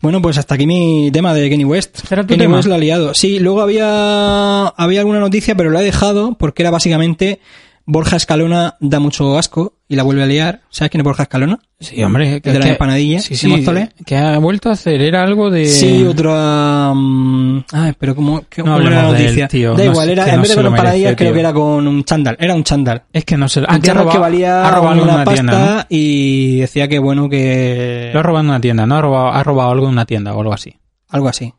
Bueno, pues hasta aquí mi tema de Kenny West. ¿Era tu Kenny tema? West lo ha liado. Sí, luego había, había alguna noticia, pero la he dejado porque era básicamente Borja Escalona da mucho asco y la vuelve a liar. ¿Sabes quién es Borja Escalona? Sí, hombre. El de la empanadilla. Sí, ¿De sí. Móstoles? Que ha vuelto a hacer. Era algo de. Sí, otra. mm, ah, pero como que Eh, era No la hablemos de él, noticia. tío. da No igual, sé, era, que en no vez de se con lo merece, empanadillas, creo tío. que era con un chándal. Era un chándal. Es que no sé. Un Ah, que ha chándal robado, que valía ha robado algo en una una pasta tienda. Eh, y decía que bueno, que. Lo ha robado en una tienda. No ha robado, ha robado algo en una tienda o algo así. Algo así.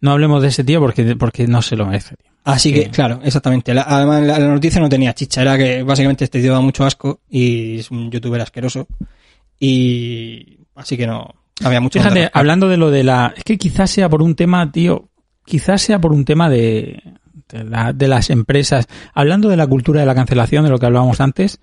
No hablemos de ese tío porque, porque no se lo merece, tío. Así Sí. que, claro, exactamente. La- además, la, la noticia no tenía chicha, era que básicamente este tío da mucho asco y es un youtuber asqueroso. Y. Así que no. Había mucho. Fíjate, contra- hablando de lo de la. Es que quizás sea por un tema, tío. Quizás sea por un tema de. De, la- de las empresas. Hablando de la cultura de la cancelación, de lo que hablábamos antes.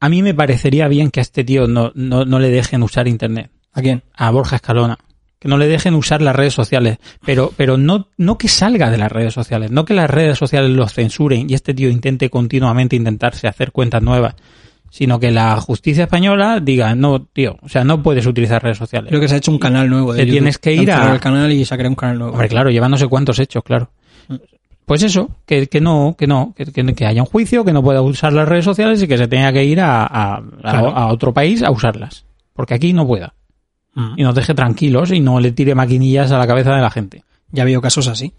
A mí me parecería bien que a este tío no, no, no le dejen usar internet. ¿A quién? A Borja Escalona. que no le dejen usar las redes sociales, pero, pero no, no que salga de las redes sociales, no que las redes sociales los censuren y este tío intente continuamente intentarse hacer cuentas nuevas, sino que la justicia española diga, no, tío, o sea, no puedes utilizar redes sociales. Creo que se ha hecho un canal nuevo. De Te YouTube. tienes que ir Han cerrado a- el canal y se ha creado un canal nuevo. Hombre, claro, lleva no sé cuántos hechos, claro. Mm. Pues eso, que, que no, que no, que, que- que haya un juicio, que no pueda usar las redes sociales y que se tenga que ir a, a- a- Claro. a otro país a usarlas. Porque aquí no pueda. Mm. Y nos deje tranquilos y no le tire maquinillas a la cabeza de la gente. Ya ha habido casos así.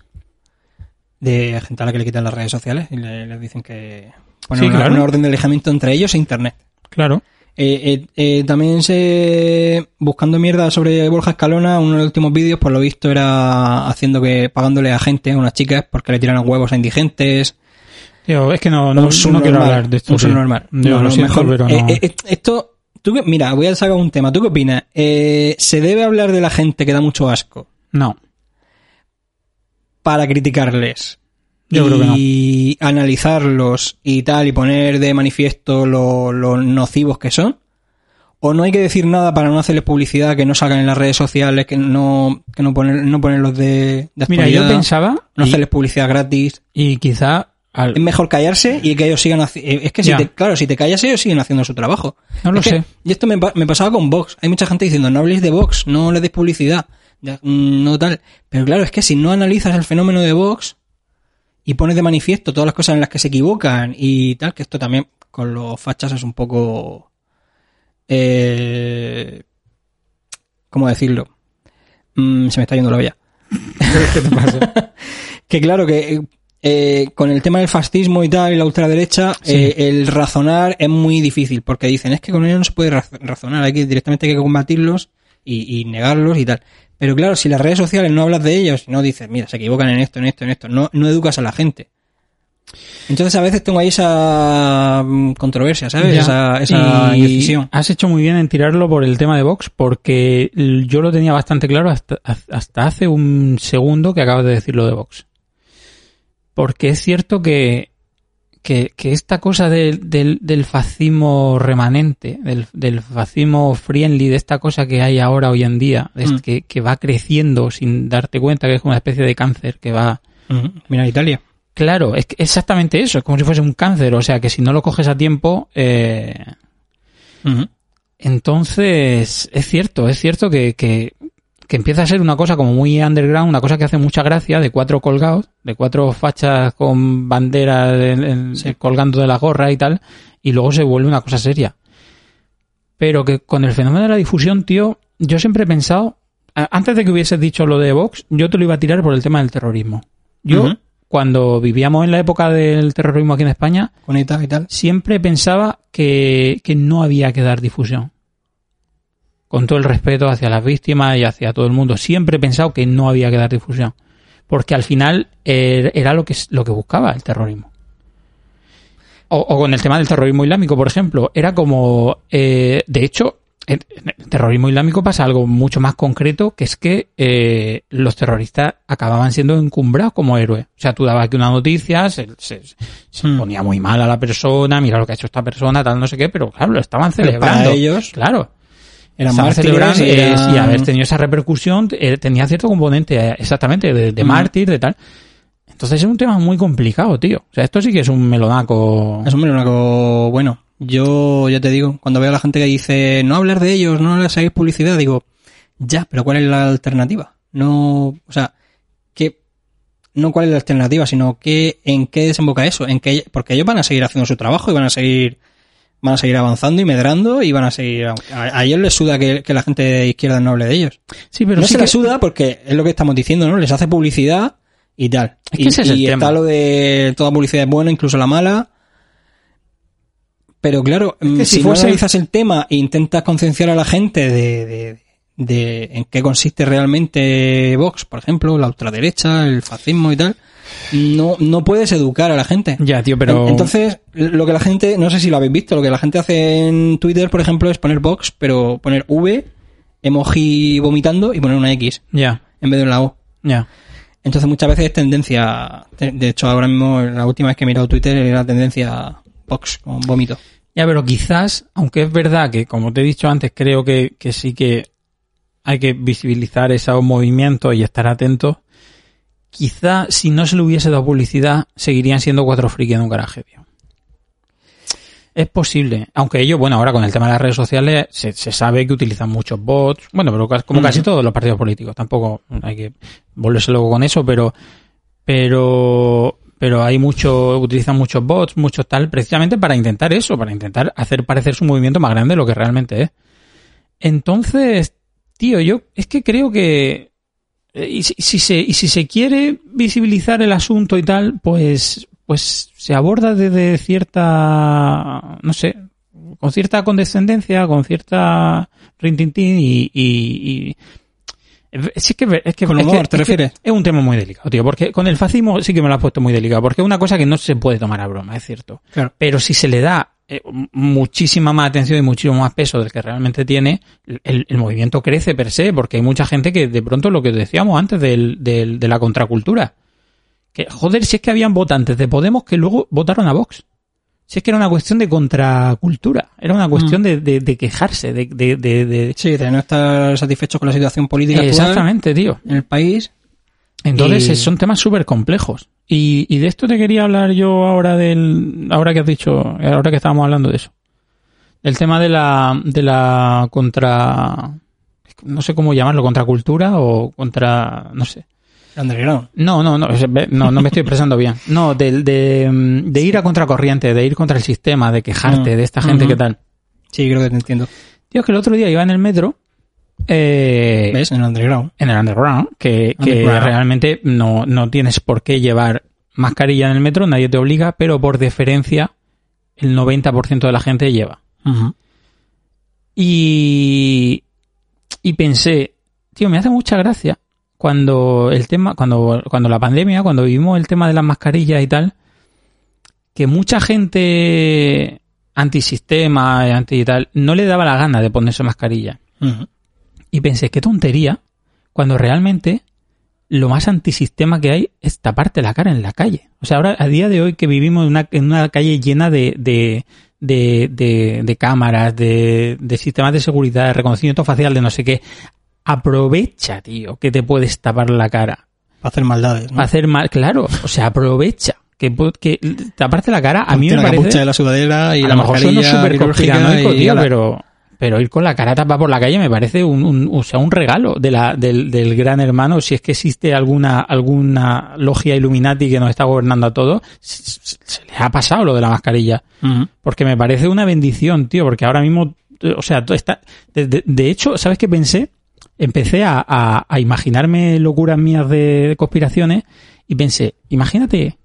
De gente a la que le quitan las redes sociales y le, les dicen que ponen Sí, una, claro. una orden de alejamiento entre ellos e internet. Claro. Eh, eh, eh, también se buscando mierda sobre Borja Escalona, uno de los últimos vídeos, por lo visto, era haciendo que pagándole a gente, a unas chicas, porque le tiran huevos a indigentes. es que no, no, Un no subnormal, quiero hablar de esto. Un sí. subnormal. Yo No, lo lo siento, mejor- pero no. eh, eh, eh, esto, tú, qué- mira, voy a sacar un tema. ¿Tú qué opinas? Eh, ¿Se debe hablar de la gente que da mucho asco no. para criticarles? Yo y creo que no. analizarlos y tal, y poner de manifiesto lo, lo nocivos que son. O no hay que decir nada para no hacerles publicidad, que no salgan en las redes sociales, que no, que no poner, no ponerlos de, de Mira, yo actualidad, pensaba, no y- hacerles publicidad gratis. y, quizá al- Es mejor callarse y que ellos sigan haci- eh, Es que si Ya. te- claro, si te callas ellos siguen haciendo su trabajo. No lo Es que- sé. y esto me, pa- me pasaba con Vox. Hay mucha gente diciendo, no habléis de Vox, no le deis publicidad, ya, mm, no tal. Pero claro, es que si no analizas el fenómeno de Vox y pones de manifiesto todas las cosas en las que se equivocan y tal, que esto también con los fachas es un poco... Eh, ¿Cómo decirlo? Mm, se me está yendo la olla. Que claro, que eh, eh, con el tema del fascismo y tal, y la ultraderecha, Sí. eh, el razonar es muy difícil, porque dicen, es que con ellos no se puede raz- razonar, hay que directamente hay que combatirlos y, y negarlos y tal. Pero claro, si las redes sociales no hablas de ellos, no dices, mira, se equivocan en esto, en esto, en esto, no, no educas a la gente. Entonces a veces tengo ahí esa mm, controversia, ¿sabes? Ya. Esa, esa Y indecisión. Has hecho muy bien en tirarlo por el tema de Vox, porque l- yo lo tenía bastante claro hasta, hasta hace un segundo que acabas de decir lo de Vox. Porque es cierto que, que, que esta cosa del, del, del fascismo remanente, del, del fascismo friendly, de esta cosa que hay ahora hoy en día, de este Mm. que, que va creciendo sin darte cuenta, que es como una especie de cáncer que va... Ujú. Mira Italia. Claro, es que exactamente eso, es como si fuese un cáncer, o sea que si no lo coges a tiempo, eh, Ujú. entonces, es cierto, es cierto que, que- que empieza a ser una cosa como muy underground, una cosa que hace mucha gracia, de cuatro colgados, de cuatro fachas con banderas en- en- Sí. colgando de la gorra y tal, y luego se vuelve una cosa seria. Pero que con el fenómeno de la difusión, tío, yo siempre he pensado, a- antes de que hubieses dicho lo de Vox, yo te lo iba a tirar por el tema del terrorismo. Yo, Ujú. cuando vivíamos en la época del terrorismo aquí en España, Con ETA y tal. siempre pensaba que, que no había que dar difusión. Con todo el respeto hacia las víctimas y hacia todo el mundo, siempre he pensado que no había que dar difusión. Porque al final er- era lo que, s- lo que buscaba el terrorismo. O, o con el tema del terrorismo islámico, por ejemplo. Era como. eh, de hecho, en, en el terrorismo islámico pasa algo mucho más concreto, que es que eh, los terroristas acababan siendo encumbrados como héroes. O sea, tú dabas aquí una noticia, se- se, se Mm. ponía muy mal a la persona, mira lo que ha hecho esta persona, tal, no sé qué, pero claro, lo estaban Pero celebrando. para ellos- claro. Eran estaban mártires celebrando y eh, eran- y haber tenido esa repercusión eh, tenía cierto componente, eh, exactamente, de, de Ujú. mártir, de tal. Entonces es un tema muy complicado, tío. O sea, esto sí que es un melonaco. Es un melonaco bueno. Yo ya te digo, cuando veo a la gente que dice no hablar de ellos, no les hagáis publicidad, digo, ya, pero ¿cuál es la alternativa? No, o sea, que no cuál es la alternativa, sino que en qué desemboca eso, en qué porque ellos van a seguir haciendo su trabajo y van a seguir van a seguir avanzando y medrando y van a seguir a, a ellos les suda que, que la gente de izquierda no hable de ellos. Sí, no pero sí se que- les suda porque es lo que estamos diciendo, ¿no? Les hace publicidad y tal. Es que y ese es el y tema. está lo de toda publicidad es buena, incluso la mala. Pero claro, mm, que si, si no fuese- analizas el tema e intentas concienciar a la gente de, de- de en qué consiste realmente Vox, por ejemplo, la ultraderecha, el fascismo y tal, no, no puedes educar a la gente. Ya, tío, pero. En- Entonces, lo que la gente, no sé si lo habéis visto, lo que la gente hace en Twitter, por ejemplo, es poner Vox, pero poner V, emoji vomitando y poner una X Ya, en vez de una O. ya. Entonces, muchas veces es tendencia. te- De hecho, ahora mismo, la última vez que he mirado Twitter era tendencia Vox con vómito. Ya, pero quizás, aunque es verdad que, como te he dicho antes, creo que, que sí que hay que visibilizar esos movimientos y estar atentos. Quizá si no se le hubiese dado publicidad, seguirían siendo cuatro frikis en un garaje, tío. Es posible. Aunque ellos, bueno, ahora con el tema de las redes sociales se, se sabe que utilizan muchos bots. Bueno, pero ca- como casi todos los partidos políticos. Tampoco hay que volverse luego con eso, pero. Pero. Pero hay mucho. Utilizan muchos bots, muchos tal, precisamente para intentar eso, para intentar hacer parecer su movimiento más grande de lo que realmente es. Entonces, tío, yo es que creo que. eh, Y si, si se, y si se quiere visibilizar el asunto y tal, pues, pues se aborda desde cierta. No sé. Con cierta condescendencia, con cierta rintintín y. y, y Sí que, es que, Con es que- humor, ¿te es que refieres? Es un tema muy delicado, tío, porque con el fascismo sí que me lo has puesto muy delicado, porque es una cosa que no se puede tomar a broma, es cierto Claro. pero si se le da eh, m- muchísima más atención y muchísimo más peso del que realmente tiene, el, el movimiento crece per se, porque hay mucha gente que de pronto lo que decíamos antes del- del- de la contracultura, que joder, si es que habían votantes de Podemos que luego votaron a Vox. Si es que era una cuestión de contracultura, era una cuestión de, de- de quejarse, de... de- de- de- Sí, de no estar satisfechos con la situación política actual Exactamente, tío. en el país. Entonces Y- eh, son temas súper complejos. Y, y de esto te quería hablar yo ahora del, ahora que has dicho, ahora que estábamos hablando de eso. El tema de la, de la contra, no sé cómo llamarlo, contracultura o contra, no sé. Underground. No, no, no, es- ve- no, no me estoy expresando bien. No, del- de, mm, de ir a contracorriente, de ir contra el sistema, de quejarte Mm. de esta gente Ujú. que tal. Sí, creo que te entiendo. Tío, es que el otro día iba en el metro, eh, ¿Ves? En el underground. en el underground, que, que Underground. realmente no, no tienes por qué llevar mascarilla en el metro, nadie te obliga, pero por deferencia el 90% de la gente lleva. Y, y pensé, tío, me hace mucha gracia cuando el tema, cuando, cuando la pandemia, cuando vivimos el tema de las mascarillas y tal, que mucha gente antisistema, anti tal, no le daba la gana de ponerse mascarilla. Ujú. Y pensé, qué tontería, cuando realmente lo más antisistema que hay es taparte la cara en la calle. O sea, ahora, a día de hoy que vivimos en una, en una calle llena de, de, de, de- de cámaras, de, de sistemas de seguridad, de reconocimiento facial, de no sé qué, aprovecha, tío, que te puedes tapar la cara. Para hacer maldades. ¿no? Para hacer mal, claro, o sea, aprovecha. Que, pu- que taparte la cara a mí Ponte me la capucha parece... de la sudadera y a la lo mejor suena mascarilla súper quirúrgica conspiranoico, y tío, ala. pero, pero ir con la cara tapada por la calle me parece un, un- o sea, un regalo de la, del, del gran hermano. Si es que existe alguna, alguna logia Illuminati que nos está gobernando a todos, se, se- se les ha pasado lo de la mascarilla. Ujú. Porque me parece una bendición, tío, porque ahora mismo, eh, o sea, todo está... De, de- de hecho, ¿sabes qué pensé? Empecé a, a- a imaginarme locuras mías de, de conspiraciones y pensé, imagínate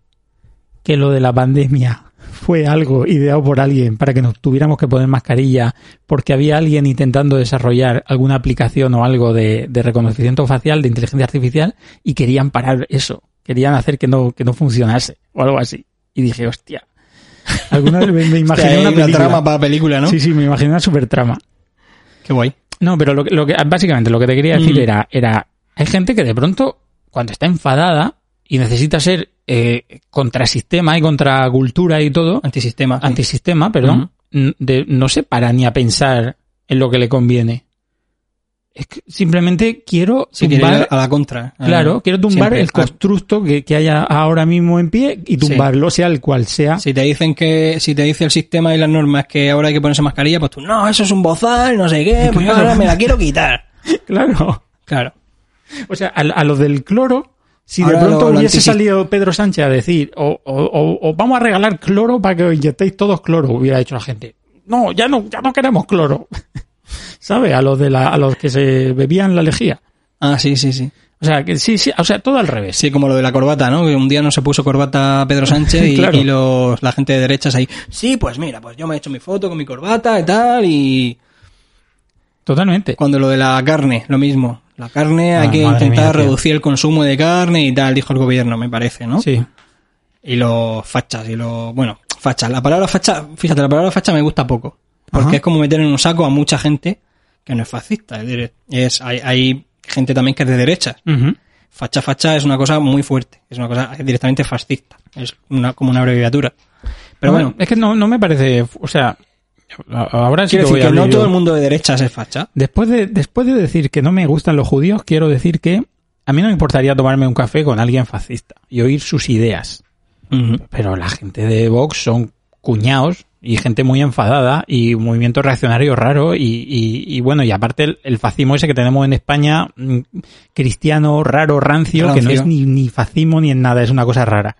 que lo de la pandemia fue algo ideado por alguien para que nos tuviéramos que poner mascarilla porque había alguien intentando desarrollar alguna aplicación o algo de, de reconocimiento facial, de inteligencia artificial y querían parar eso, querían hacer que no, que no funcionase o algo así. Y dije, hostia, alguna vez me, me imaginé Hay una, película. trama para película, ¿no? Sí, sí, me imaginé una super trama. Qué guay. No, pero lo, que- lo que básicamente lo que te quería decir Mm. era, era hay gente que de pronto cuando está enfadada y necesita ser eh, contra sistema y contra cultura y todo, Antisistema. antisistema, perdón, n- de- no se para ni a pensar en lo que le conviene. Es que simplemente quiero Si quieres tumbar, ir a la contra. Ah, claro, quiero tumbar siempre. el constructo que, que haya ahora mismo en pie y tumbarlo, sea el cual sea. Ah, Si te dicen que, si te dice el sistema y las normas que ahora hay que ponerse mascarilla, pues tú, no, eso es un bozal, no sé qué, pues yo Claro. ahora me la quiero quitar. Claro. Claro. O sea, a, a lo del cloro, si Ahora de pronto lo- lo hubiese antisis- salido Pedro Sánchez a decir, o, o- o- o vamos a regalar cloro para que os inyectéis todos cloro, hubiera dicho la gente. No, ya no, ya no queremos cloro. ¿Sabes? A los de la, a los que se bebían la lejía. Ah, sí, sí, sí. O sea, que sí, sí, o sea, todo al revés. Sí, como lo de la corbata, ¿no? Que un día no se puso corbata Pedro Sánchez y, Claro. y los, la gente de derechas ahí. Sí, pues mira, pues yo me he hecho mi foto con mi corbata y tal. Y Totalmente. cuando lo de la carne, lo mismo. La carne hay Ah, que madre mía, intentar tío. reducir el consumo de carne y tal, dijo el gobierno, me parece, ¿no? Sí. Y los fachas y los... Bueno, fachas. La palabra facha, fíjate, la palabra facha me gusta poco. Porque Ajá. es como meter en un saco a mucha gente que no es fascista. Es, decir, es- hay, hay gente también que es de derechas. Ujú. Facha facha es una cosa muy fuerte, es una cosa directamente fascista, es una, como una abreviatura. Pero No, bueno, es que no, no me parece, o sea, Ahora sí Quiero decir que voy a que no abrir todo yo. el mundo de derechas es facha. Después de, después de decir que no me gustan los judíos, quiero decir que a mí no me importaría tomarme un café con alguien fascista y oír sus ideas. Pero la gente de Vox son cuñados y gente muy enfadada y un movimiento reaccionario raro y, y- y bueno, y aparte el, el fascismo ese que tenemos en España, mm, cristiano, raro, rancio, que no Rancio. es ni, ni fascismo ni en nada, es una cosa rara.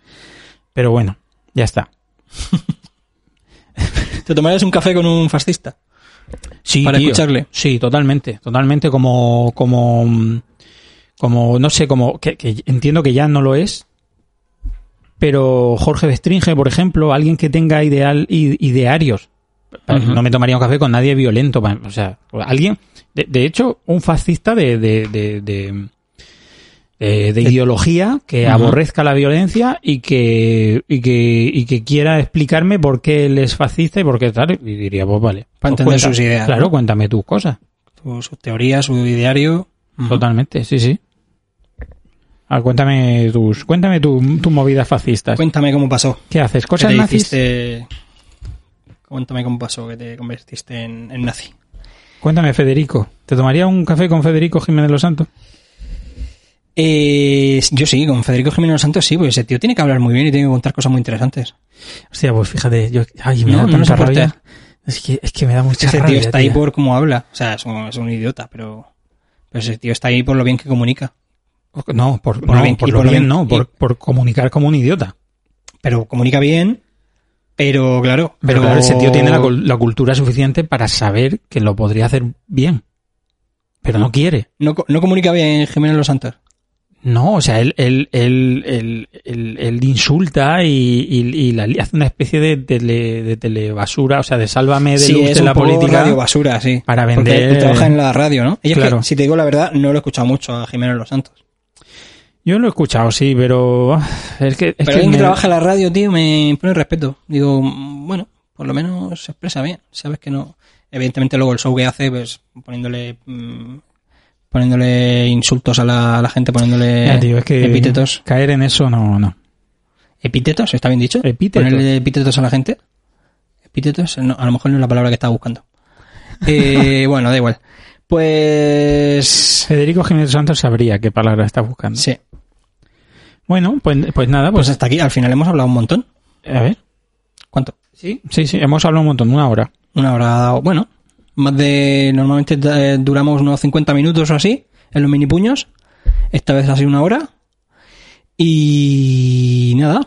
Pero bueno, ya está. ¿Te tomarías un café con un fascista? Sí, para tío. escucharle. Sí, totalmente, totalmente como como mm, como no sé, como que, que entiendo que ya no lo es. Pero Jorge Bestringe, por ejemplo, alguien que tenga ideal i- idearios, Ujú. no me tomaría un café con nadie violento, pa- o sea, alguien de, de hecho un fascista de de, de- de- de- de ideología que Ujú. aborrezca la violencia y que, y que y que quiera explicarme por qué él es fascista y por qué tal y diría pues vale Para pues entender cuenta- sus ideas, claro ¿no? cuéntame tus cosas Su, su teoría, Pues, su diario. Totalmente, sí, sí. A ver, cuéntame tus, cuéntame tu- tus movidas fascistas. Cuéntame cómo pasó. ¿Qué haces? ¿Qué ¿Cosas te nazis? hiciste? Cuéntame cómo pasó que te convertiste en, en nazi. Cuéntame, Federico. ¿Te tomaría un café con Federico Jiménez Los Santos? Eh, yo sí, con Federico Jiménez Los Santos sí, porque ese tío tiene que hablar muy bien y tiene que contar cosas muy interesantes. Hostia, pues fíjate, yo, ay, me No, da no tanta nos importa. rabia. Es que, es que me da mucha Ese rabia. tío está ahí tío. por cómo habla. O sea, es un, es un idiota, pero, pero ese tío está ahí por lo bien que comunica. Oh, No, por, por no, bien- por y lo por lo bien, bien- no, por, y- por comunicar como un idiota. Pero comunica bien, pero claro. Pero claro, ese tío tiene la, cul- la cultura suficiente para saber que lo podría hacer bien. Pero no quiere. No, co- no comunica bien Jiménez Los Santos. No, o sea, él, él, él, él, él- él insulta y, y- y la li- hace una especie de, tele- de telebasura, o sea, de sálvame de luz de un la poco política. radio basura, sí. para Porque vender- él trabaja en la radio, ¿no? Ella es Claro. que, si te digo la verdad, no lo he escuchado mucho a Jiménez Los Santos. Yo lo he escuchado, sí, pero ah, es que, es Pero que alguien que me- trabaja en la radio, tío, me pone respeto. Digo, mm, bueno, por lo menos se expresa bien. Sabes que no. Evidentemente, luego el show que hace, pues poniéndole. mm, poniéndole insultos a la, a la gente, poniéndole Ya, tío, es que epítetos. caer en eso no, no. ¿Epítetos? ¿Está bien dicho? Epítetos. ¿Ponerle epítetos a la gente? ¿Epítetos? No, a lo mejor no es la palabra que estaba buscando. Eh, bueno, da igual. Pues. Federico Jiménez Santos sabría qué palabra está buscando. Sí. Bueno, pues, pues nada, Pues pues, hasta aquí, al final hemos hablado un montón. a ver. ¿Cuánto? Sí, sí, sí, hemos hablado un montón, una hora. Una hora dado. Bueno, más de. Normalmente eh, duramos unos 50 minutos o así en los mini puños. Esta vez ha sido una hora. Y. Nada.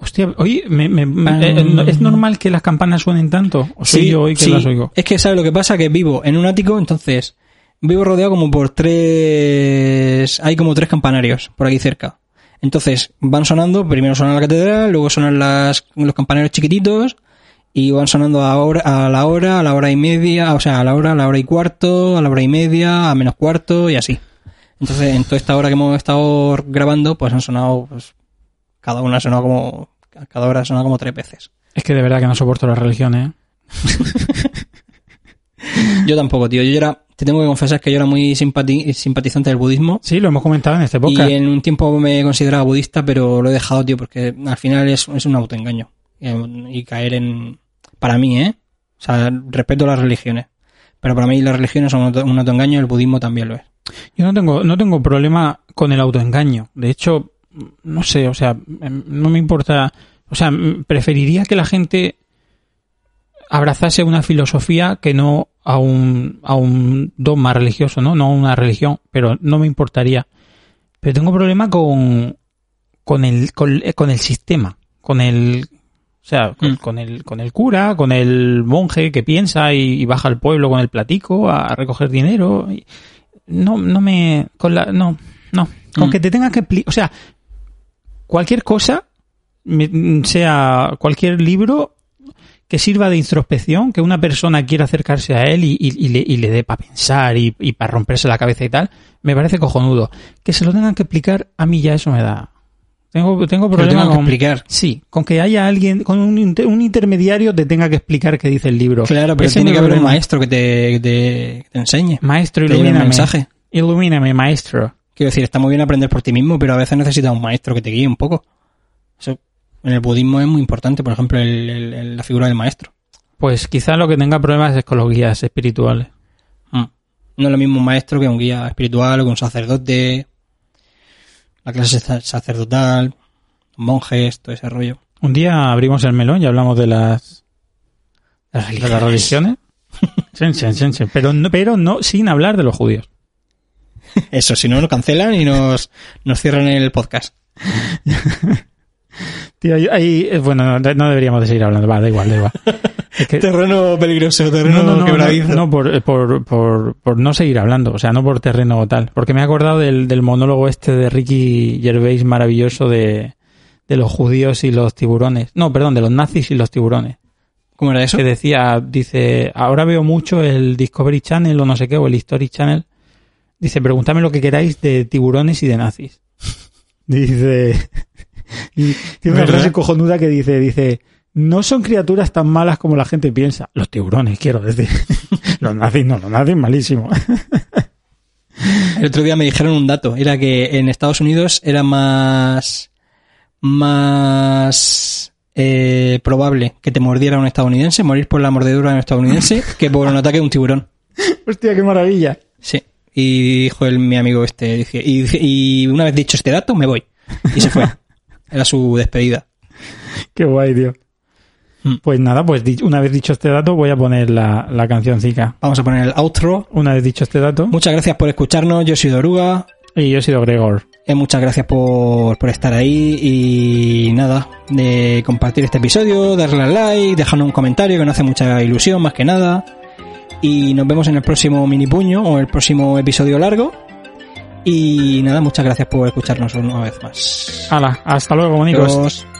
Hostia, oye, me- me- me- eh, no- ¿es normal que las campanas suenen tanto? ¿O soy yo hoy que Ah. sí. las oigo? Es que, ¿sabes lo que pasa? Que vivo en un ático, entonces. Vivo rodeado como por tres. Hay como tres campanarios por aquí cerca. Entonces van sonando, primero suena la catedral, luego sonan las, los campanarios chiquititos y van sonando a, hora- a la hora, a la hora y media, o sea, a la hora, a la hora y cuarto, a la hora y media, a menos cuarto y así. Entonces, en toda esta hora que hemos estado grabando, pues han sonado, pues, cada una ha sonado como, cada hora ha sonado como tres veces. Es que de verdad que no soporto las religiones. ¿eh? Yo tampoco, tío. Yo era, te tengo que confesar que yo era muy simpati- simpatizante del budismo. Sí, lo hemos comentado en este Y podcast. en un tiempo me consideraba budista, pero lo he dejado, tío, porque al final es, es un autoengaño. Eh, Y caer en. Para mí, ¿eh? O sea, respeto las religiones. Pero para mí las religiones son un auto- un autoengaño, el budismo también lo es. Yo no tengo, no tengo problema con el autoengaño. De hecho, no sé, o sea, em, no me importa. O sea, em, preferiría que la gente abrazase una filosofía que no a un, a un dogma religioso, ¿no? No a una religión, pero no me importaría. Pero tengo problema con, con el, con, eh, con el sistema, con el, o sea, con, Mm. con el, con el cura, con el monje que piensa y, y baja al pueblo con el platico a, a recoger dinero. y- no, no me, con la, no, no, con Mm. que te tengas que, expli- o sea, cualquier cosa, me- sea cualquier libro que sirva de introspección, que una persona quiera acercarse a él y, y- y le, y le dé para pensar y, para romperse la cabeza y tal, me parece cojonudo. Que se lo tengan que explicar, a mí ya eso me da. Tengo, tengo Pero problema tengo que con, explicar. Sí, con que haya alguien, con un, inter- un intermediario te tenga que explicar qué dice el libro. Claro, pero Ese tiene es que mi haber un problema. maestro que te, que te, que te enseñe. Maestro, que te lleve un ilumíname. mensaje. Ilumíname, maestro. Quiero decir, está muy bien aprender por ti mismo, pero a veces necesitas un maestro que te guíe un poco. Eso en el budismo es muy importante, por ejemplo, el- el- el- la figura del maestro. Pues quizás lo que tenga problemas es con los guías espirituales. Mm. No es lo mismo un maestro que un guía espiritual o que un sacerdote. La clase sa- sacerdotal, monjes, todo ese rollo. Un día abrimos el melón y hablamos de las, de las religiones. Chen, chen, chen, chen. Pero, no, pero no sin hablar de los judíos. Eso, si no, nos cancelan y nos, nos cierran el podcast. Tío, ahí- ahí, eh, bueno, no, no deberíamos de seguir hablando. Va, da igual, da igual. Es que- Terreno peligroso, no, no, no, no, no, por, eh, por, por, por no seguir hablando, o sea, no por terreno tal. Porque me he acordado del, del monólogo este de Ricky Gervais maravilloso de, de los judíos y los tiburones. No, perdón, de los nazis y los tiburones. ¿Cómo era eso? que decía, dice, ahora veo mucho el Discovery Channel o no sé qué, o el History Channel. Dice, preguntadme lo que queráis de tiburones y de nazis. Dice, y tiene una ¿Verdad? frase cojonuda que dice, dice, no son criaturas tan malas como la gente piensa. Los tiburones, quiero decir. los nazis no, los nazis malísimo. El otro día me dijeron un dato, era que en Estados Unidos era más más eh, probable que te mordiera un estadounidense, morir por la mordedura de un estadounidense, que por un ataque de un tiburón. Hostia, qué maravilla. Sí. Y dijo el, mi amigo este, dice, y, dice- y una vez dicho este dato, me voy. Y se fue. Era su despedida. Qué guay, tío. Mm. Pues nada, pues di- una vez dicho este dato, voy a poner la, la cancioncica. Vamos a poner el outro. Una vez dicho este dato. Muchas gracias por escucharnos, yo soy Doruga. Y yo he sido Gregor. Eh, muchas gracias por, por estar ahí y nada, de compartir este episodio, darle al like, dejarnos un comentario que nos hace mucha ilusión más que nada. Y nos vemos en el próximo mini puño o el próximo episodio largo. Y nada, muchas gracias por escucharnos una vez más. Hala, hasta luego, monicos. Adiós.